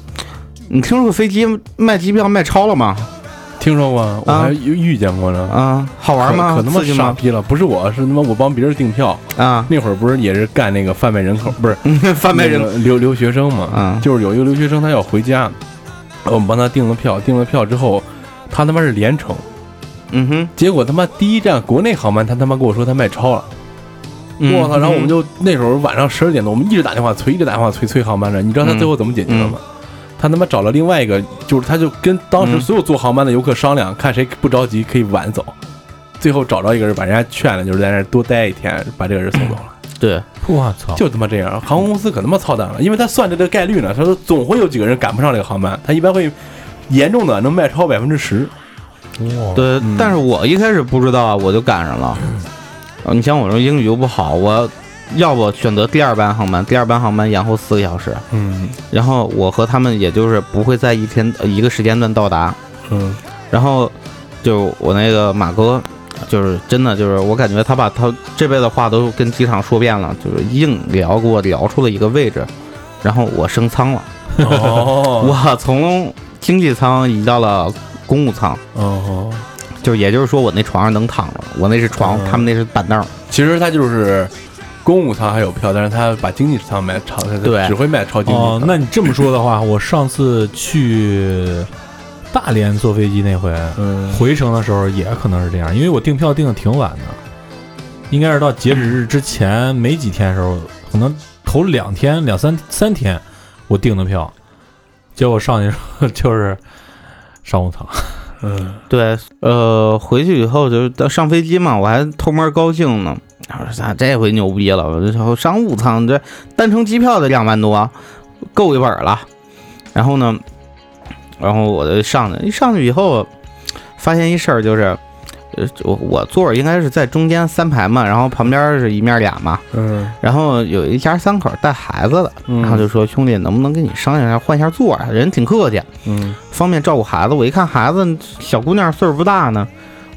E: 你听说过飞机卖机票卖超了吗？
C: 听说过，我
E: 啊
C: 还遇遇见过呢。
E: 啊，好玩吗？
C: 可可他妈
E: 刺激
C: 傻
E: 吗？
C: 逼了！不是我，是他妈我帮别人订票。
E: 啊，
C: 那会儿不是也是干那个贩卖人口，不是
E: 嗯贩卖人
C: 那个留留学生嘛？
E: 嗯
C: 就是有一个留学生他要回家，我们帮他订了票，订了票之后，他他妈是连程，
E: 嗯哼，
C: 结果他妈第一站国内航班他他妈跟我说他卖超了，
E: 嗯
C: 我操！然后我们就那时候晚上十二点多，我们一直打电话催，一直打电话催催航班的，你知
E: 嗯
C: 道他最后怎么解决的吗？他他妈找了另外一个，就是他就跟当时
E: 嗯
C: 所有坐航班的游客商量，看谁不着急可以晚走，最后找着一个人把人家劝了，就是在那儿多待一天，把这个人送走了。
E: 对，
D: 我操，
C: 就他妈这样，航空公司可他妈操蛋了，因为他算这个概率呢，他说总会有几个人赶不上这个航班，他一般会严重的能卖超百分之十。
D: 哇，
E: 对
C: 嗯，
E: 但是我一开始不知道啊，我就赶上了。呃你像我这英语又不好，我要不选择第二班航班，第二班航班延后四个小时，
C: 嗯
E: 然后我和他们也就是不会在一天、呃一个时间段到达。
C: 嗯
E: 然后就我那个马哥，就是真的就是我感觉他把他这辈子话都跟机场说遍了，就是硬聊给我聊出了一个位置，然后我升舱了，
C: 哦
E: 我从经济舱移到了公务舱。
C: 哦，
E: 就是也就是说，我那床上能躺着，我那是床，
C: 嗯
E: 他们那是板凳儿。
C: 其实他就是公务舱还有票，但是他把经济舱卖超，他
E: 对
C: 只会卖超经济舱。
D: 哦，那你这么说的话，我上次去大连坐飞机那回，
C: 嗯
D: 回程的时候也可能是这样，因为我订票订的挺晚的，应该是到截止日之前没几天的时候，可能头两天、两三三天 我订的票，结果上去的时候就是商务舱，
C: 嗯，
E: 对，呃，回去以后就是到上飞机嘛，我还偷摸高兴呢。我说咱这回牛逼了，我这商务舱这单程机票得两万多，够一本了。然后呢，然后我就上去，一上去以后，发现一事儿就是，呃，我我座儿应该是在中间三排嘛，然后旁边是一面俩嘛，
C: 嗯，
E: 然后有一家三口带孩子的，然嗯后就说兄弟能不能跟你商量一下换一下座儿啊？人挺客气，
C: 嗯
E: 方便照顾孩子。我一看孩子小姑娘岁数不大呢，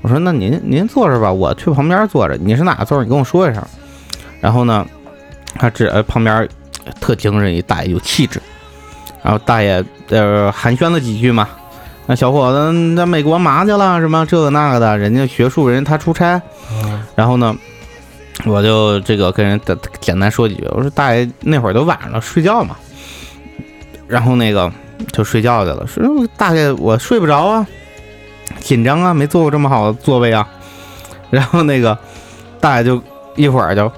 E: 我说那您您坐着吧，我去旁边坐着。你是哪个座儿？你跟我说一声。然后呢，他指呃旁边呃特精神一大爷，有气质。然后大爷呃寒暄了几句嘛，那小伙子你在美国嘛去了？什么这个那个的？人家学术人他出差，然后呢，我就这个跟人简简单说几句。我说大爷那会儿都晚上了，睡觉嘛。然后那个就睡觉去了，说大爷我睡不着啊，紧张啊，没坐过这么好的座位啊。 然后那个大爷就一会儿就。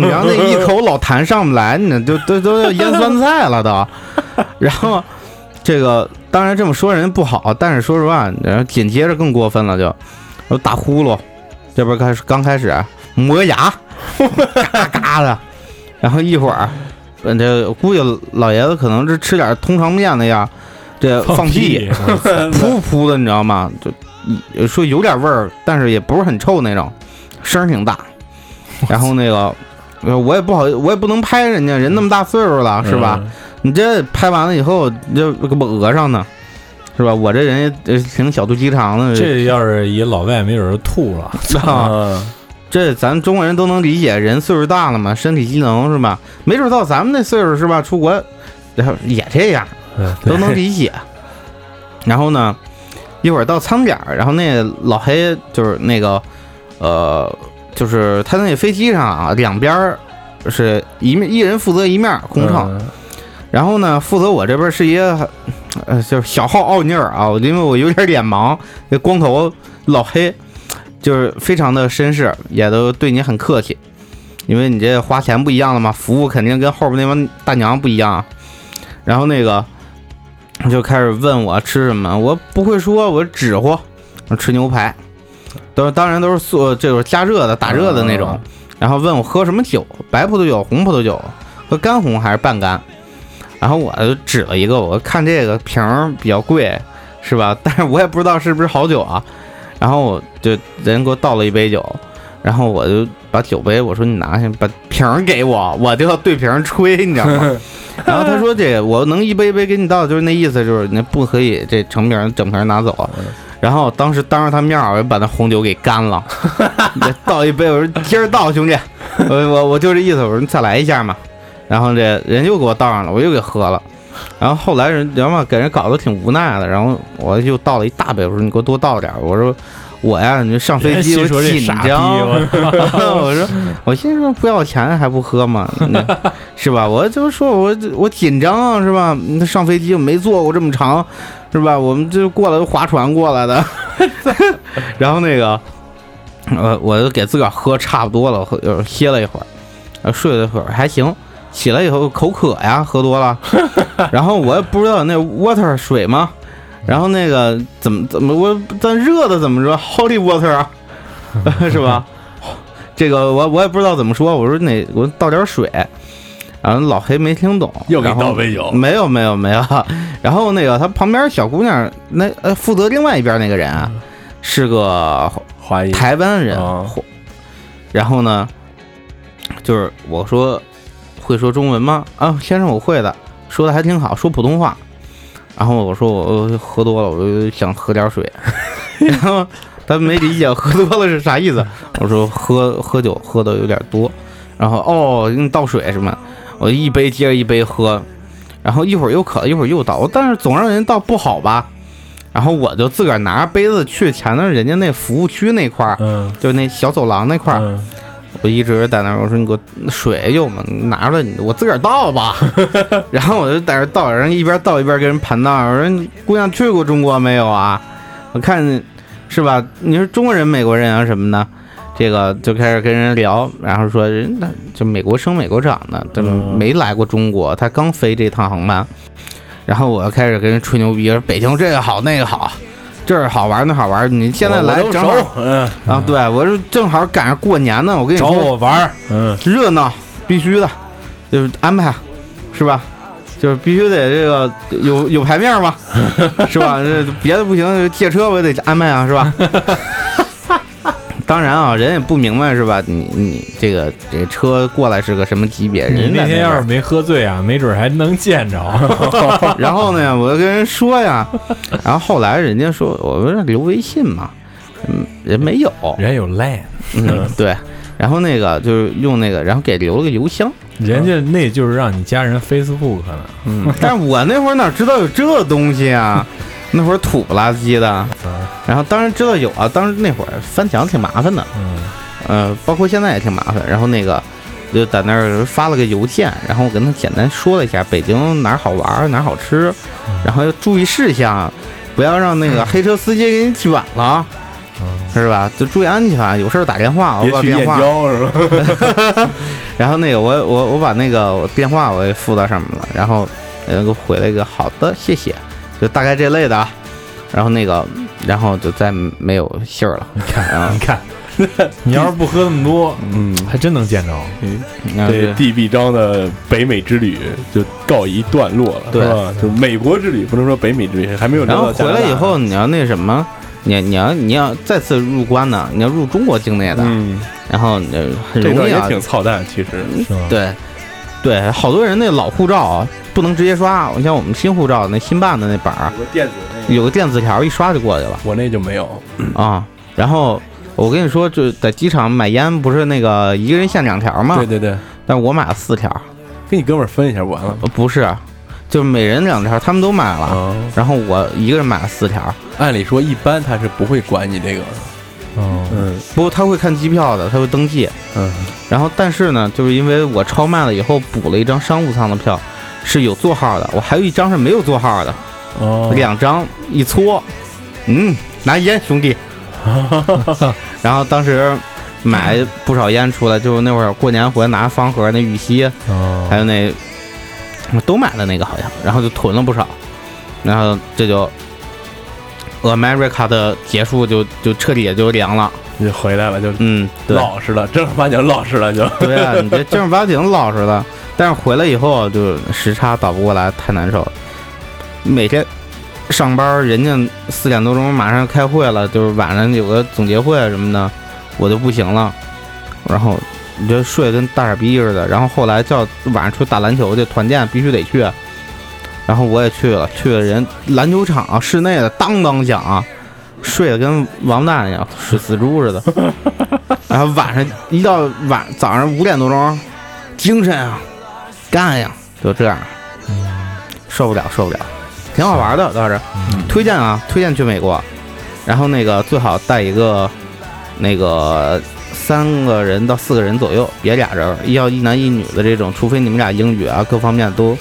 E: 然后那一口老痰上不来，你就都都要腌酸菜了都。 然后这个当然这么说人不好，但是说实话，然后紧接着更过分了就，我打呼噜，这边开始刚开始啊磨牙， 嘎嘎的，然后一会儿，呃这估计老爷子可能是吃点通肠面那样，这放屁，噗噗的，你知道吗？就呃说有点味儿，但是也不是很臭那种，声儿挺大。然后那个，呃我也不好，我也不能拍人家，人那么大岁数
C: 啊嗯
E: 了，是吧？？你这拍完了以后，你这给我讹上呢，是吧？我这人也呃挺小肚鸡肠的，
D: 这要是一老外，没准儿就吐了。
E: 啊，
C: 嗯
E: 这咱中国人都能理解，人岁数大了嘛，身体机能是吧？没准到咱们那岁数是吧，出国然后也这样，
D: 嗯，
E: 都能理解。然后呢，一会儿到餐点儿，然后那老黑就是那个，呃，就是他那飞机上啊，两边儿是一面一人负责一面儿空
C: 嗯
E: 乘，，然后呢，负责我这边是一个，呃，就是小号奥尼尔啊，我因为我有点脸盲，这光头老黑，就是非常的绅士，也都对你很客气，因为你这花钱不一样了嘛，服务肯定跟后边那帮大娘不一样啊。然后那个就开始问我吃什么，我不会说，我指呼，我吃牛排，都是当然都是速，这种加热的、打热的那种。
C: 啊
E: 然后问我喝什么酒，白葡萄酒、红葡萄酒，喝干红还是半干？然后我就指了一个，我看这个瓶儿比较贵，是吧？ 但是我也不知道是不是好酒啊。然后我就人给我倒了一杯酒，然后我就把酒杯，我说你拿去，把瓶儿给我，我就要对瓶儿吹，你知道
C: 嗯
E: 吗？然后他说这个我能一杯一杯给你倒，就是那意思，就是你不可以这成瓶儿整瓶儿拿走。啊然后当时当着他面儿，我就把那红酒给干了， 倒一杯，我说接着倒，兄弟，我我我就这意思，我说你再来一下嘛。然后这人又给我倒上了，我又给喝了。然后后来人，你知道吗？给人搞得挺无奈的。然后我又倒了一大杯，我说你给我多倒点儿。我说我呀，你上飞机
D: 心
E: 我
D: 说这
E: 紧
D: 傻逼，
E: 张，
D: 我
E: 我说，我心说不要钱还不喝吗？那是吧？我就说我我紧张啊，是吧？那上飞机我没坐过这么长，是吧？我们这过来都划船过来的， 然后那个，呃，我就给自个儿喝差不多了，我喝呃歇了一会儿，呃，睡了一会儿还行。起来以后口渴呀，喝多了， 然后我也不知道那 water 水吗？然后那个怎么怎么我咱热的怎么说 holy water 啊， 是吧？这个我我也不知道怎么说，我说那我倒点水，然后老黑没听懂，
C: 又给
E: 然
C: 你
E: 后嗯
C: 倒杯酒，
E: 没有没有没有。然后那个他旁边小姑娘，那呃负责另外一边那个人啊，是个
C: 怀疑
E: 台湾人。
C: 啊
E: 或然后呢，就是我说会说中文吗？啊，先生我会的，说的还挺好，说普通话。然后我说我呃喝多了，我就想喝点水。 然后他没理解喝多了是啥意思，我说喝喝酒喝的有点多。然后哦，给你倒水什么？我一杯接着一杯喝，然后一会儿又渴，一会儿又倒，但是总让人倒不好吧。然后我就自个儿拿着杯子去前头人家那服务区那块儿，
D: 嗯，
E: 就是那小走廊那块儿，
D: 嗯
E: 我一直在那儿，我说你给我水有吗？你拿出来，你我自个儿倒吧。然后我就在那儿倒，然后一边倒一边跟人盘道，我说你姑娘去过中国没有啊？我看是吧？你是中国人、美国人啊什么的？这个就开始跟人聊，然后说人那就美国生美国长的，这
D: 嗯
E: 没来过中国，他刚飞这趟航班。然后我开始跟人吹牛逼，说北京这个好那个好，这儿好玩那好玩。你现在来
C: 我都
E: 正
C: 熟
E: 好，
C: 嗯，
E: 啊，对我是正好赶上过年呢，我跟你
D: 找
E: 说
D: 我玩儿，嗯，
E: 热闹必须的，就是安排，啊是吧？就是必须得这个有有牌面 嘛，是吧？这别的不行，借车我也得安排啊，是吧？ 当然啊，人也不明白是吧？你你这个这车过来是个什么级别？
D: 你
E: 人家
D: 那天要是没喝醉啊，没准还能见着。
E: 然后呢，我就跟人说呀，然后后来人家说，我不是留微信嘛，嗯，人没有，
D: 人有 LAN，
E: 嗯，对，然后那个就是用那个，然后给留了个邮箱，
D: 人家那就是让你加人 Facebook 呢。
E: 嗯，但是我那会儿哪知道有这东西啊，那会儿土不拉几的，然后当然知道有啊，当时那会儿翻墙挺麻烦的，
D: 嗯，
E: 呃，包括现在也挺麻烦，然后那个。就在那儿发了个邮件，然后我跟他简单说了一下北京哪儿好玩儿哪儿好吃，然后要注意事项，不要让那个黑车司机给你卷了，是吧？就注意安全，有事儿打电话，我
C: 别
E: 把
C: 去
E: 嗯电
C: 燕
E: 话
C: 郊是吧？
E: 然后那个我我我把那个我电话我也附到上面了，然后呃给我回了一个好的谢谢，就大概这类的啊。然后那个然后就再没有信 儿了。
D: 你看，
E: 啊
D: 嗯你 看，你要是不喝那么多，
C: 嗯，
D: 还真能见着。
E: 然后
C: 这个
E: 就
C: 第必章的北美之旅就告一段落了，
E: 对
C: 是吧？就美国之旅不能说北美之旅，还没有聊
E: 然
C: 到
E: 后
C: 加
E: 回
C: 拿大
E: 来以后，你要那什么，你你要你要再次入关呢，你要入中国境内的，
C: 嗯，
E: 然后你就很
C: 这
E: 容
C: 段
E: 易
C: 也
E: 啊。嗯
C: 挺操蛋，其实
D: 是吧？
E: 对对，好多人那老护照啊不能直接刷，你像我们新护照那新办的那本儿，啊
C: 有电子那
E: 有个电子条一刷就过去了。
C: 我那就没有，
E: 啊，然后我跟你说，就在机场买烟，不是那个一个人限两条吗
C: 对？对对，
E: 但是我买了四条，
C: 跟你哥们儿分一下完了。
E: 呃不是，就是每人两条，他们都买了，
C: 啊，
E: 然后我一个人买了四条。
C: 按理说一般他是不会管你这个，
D: 嗯，
C: 嗯
E: 不过他会看机票的，他会登记。
C: 嗯，
E: 然后但是呢，就是因为我超卖了以后补了一张商务舱的票，是有座号的，我还有一张是没有座号的，
D: 哦，
E: 两张一搓，嗯，拿烟兄弟。然后当时买不少烟出来，就是那会儿过年回来拿方盒那玉溪，还
D: 哦，
E: 有那我都买了那个好像，然后就囤了不少，然后这就 America 的结束就就彻底也就凉了。
C: 你就回来了就
E: 嗯，对
C: 老实了，正儿八经老实了就。
E: 对啊，你这正儿八经老实的，但是回来以后就时差倒不过来，太难受了。每天上班，人家四点多钟马上开会了，就是晚上有个总结会啊什么的，我就不行了，然后你就睡得跟大傻逼似的。然后后来叫晚上出去打篮球去，团建必须得去，然后我也去了，去了人篮球场、啊室内的当当响啊。睡得跟王八蛋一样，睡死猪似的。然后晚上一到晚早上五点多钟，精神啊，干呀，就这样，
D: 嗯
E: 受不了受不了，挺好玩的倒是，
D: 嗯
E: 推荐啊，推荐去美国，然后那个最好带一个那个三个人到四个人左右，别俩人，要一男一女的这种，除非你们俩英语啊各方面都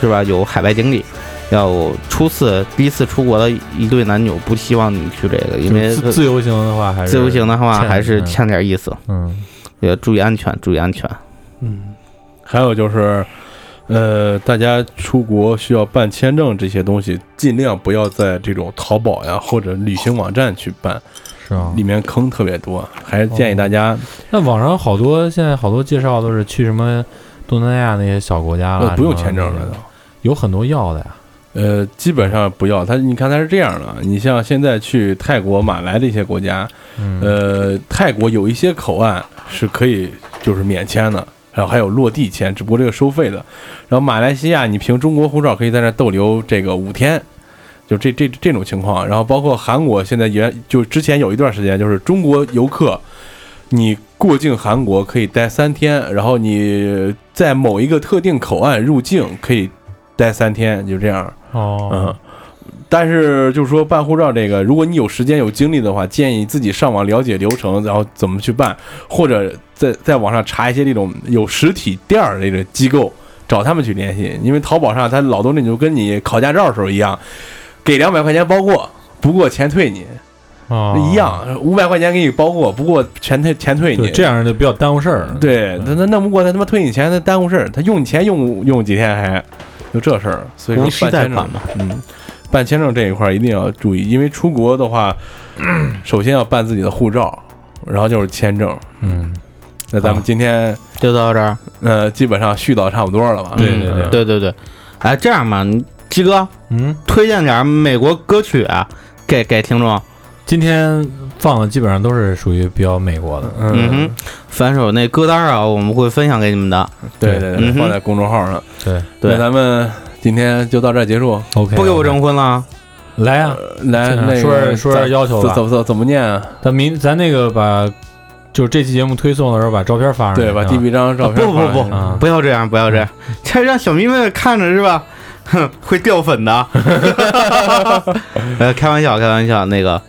E: 是吧有海外经历。要初次第一次出国的一对男女，我不希望你去这个，因为
D: 自自由行的话还是
E: 自由行的话
D: 欠
E: 还是
D: 嗯
E: 欠点意思，
D: 嗯，
E: 也注意安全，注意安全。
C: 嗯，还有就是，呃，大家出国需要办签证这些东西，尽量不要在这种淘宝呀或者旅行网站去办，
D: 是啊
C: 里。面坑特别多，还是建议大家，
D: 那网上好多现在好多介绍都是去什么东南亚那些小国家了
C: 呃，，不用
D: 什么
C: 签证
D: 那
C: 了
D: 个
C: 都。
D: 有很多要的呀。
C: 呃，基本上不要它。你看它是这样的，啊你像现在去泰国、马来这些国家，
D: 嗯，
C: 呃，泰国有一些口岸是可以就是免签的，然后还有落地签，只不过这个收费的。然后马来西亚，你凭中国护照可以在那儿逗留这个五天，就这这这种情况。然后包括韩国，现在原就之前有一段时间，就是中国游客你过境韩国可以待三天，然后你在某一个特定口岸入境可以待三天，就这样。嗯
D: 哦，，
C: 但是就是说办护照这个，如果你有时间有精力的话，建议自己上网了解流程，然后怎么去办，或者在在网上查一些这种有实体店儿这个机构，找他们去联系。因为淘宝上它老多那种跟你考驾照的时候一样，给两百块钱包过，不过钱退你，
D: 哦，
C: 一。样五百块钱给你包过，不过钱退钱退你
D: 对，。这样就比较耽误事儿。
C: 对，他他弄不过他他妈退你钱，他耽误事儿，他用你钱用用几天还，就这事儿，所以说
E: 无息
C: 办
E: 贷
C: 签
E: 款
C: 证，
E: 嘛，
C: 嗯，办签证这一块儿一定要注意，因为出国的话，首先要办自己的护照，然后就是签证。
D: 嗯，
C: 那咱们
D: 啊
C: 今天
E: 就到这儿。
C: 呃，基本上絮叨差不多了吧？
D: 对对
C: 嗯
E: 对对对，哎，这样吧，你鸡哥
D: 嗯，
E: 推荐点美国歌曲啊，给给听众。
D: 今天放的基本上都是属于比较美国的，
E: 嗯
C: 嗯，
E: 哼，反手那歌单啊，我们会分享给你们的。
C: 对对对，
E: 嗯哼
C: 放在公众号上。
D: 对
E: 对
C: 那咱们今天就到这儿结束。
D: ，OK，
E: 不给我征婚了，
D: 来啊，
C: 呃来，
D: 这样
C: 那个
D: 说点说点
C: 咱
D: 要求
C: 怎
D: 吧，
C: 怎怎怎么念啊？
D: 咱明咱那个把，就是这期节目推送的时候把照片发上来，
C: 对，把
D: 是吧
C: 第 B 张照片
E: 不不
C: 放上去
E: 不
D: 啊，
E: 不要这样，不要这样，这让小迷妹看着是吧？哼，会掉粉的。啊呃，开玩笑，开玩笑，那个。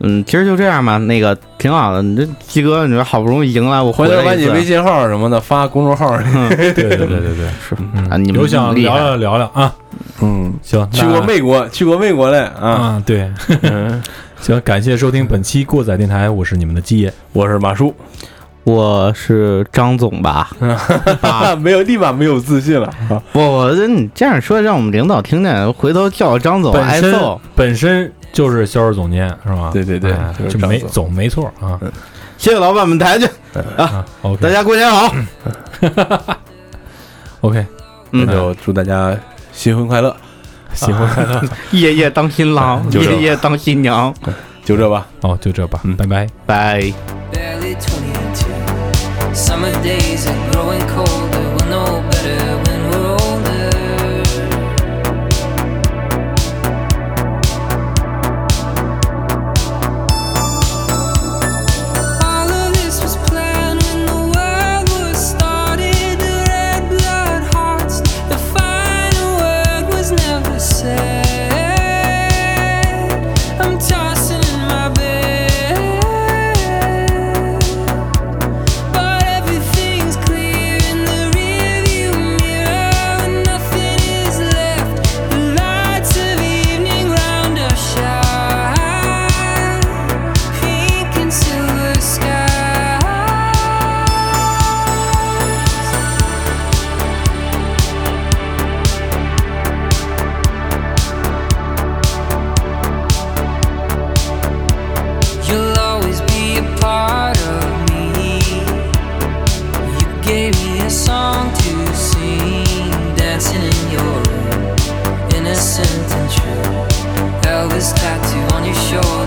E: 嗯，其实就这样吧，那个挺好的。你这鸡哥，你说好不容易迎来我
C: 回
E: 回
C: 头
E: 来
C: 把
E: 一
C: 你
E: 次
C: 微信号什么的发公众号里。
D: 对对对对 对，
E: 是
D: 嗯
E: 啊，你们
D: 有想
E: 厉害
D: 聊聊聊聊啊，
C: 嗯，
D: 行，
C: 去过
D: 那
C: 美国，去过美国嘞啊！
D: 啊？对，
C: 嗯，
D: 行，感谢收听本期过载电台，我是你们的基爷，
C: 我是马叔，
E: 我是张总 吧？啊，
C: 没有立马没有自信了。啊
E: 不，我这你这样说让我们领导听见，回头叫我张总挨
D: 本身
E: 揍。
D: 本身就是销售总监是吧？
C: 对对对
D: 哎
C: 就是
D: 这
C: 张
D: 没
C: 总
D: 总没错啊
E: 谢谢老板们抬举，
D: 啊，OK，
E: 大家过年好。
D: OK，
C: 那
E: 嗯，
C: 就祝大家新婚快乐，新婚快乐，
E: 夜夜当新郎，
C: 就这
E: 夜夜当新娘。
C: 就这吧。
D: 哦，就这吧
C: 嗯，
D: 拜拜。
E: 拜。
A: barely 20 until summer days are growing colder. We'll know better when we're older. All of this was planned when the world was started. The red blood hearts, the final word was never said. I'm tossing in my bed, but everything's clear in the rearview mirror. Nothing is left. The lights of evening round us shine, pink and silver skies. You'll always be a part of me. You gave me a song to sing, dancing in your room, innocent and true. Elvis tattoo on your shoulder.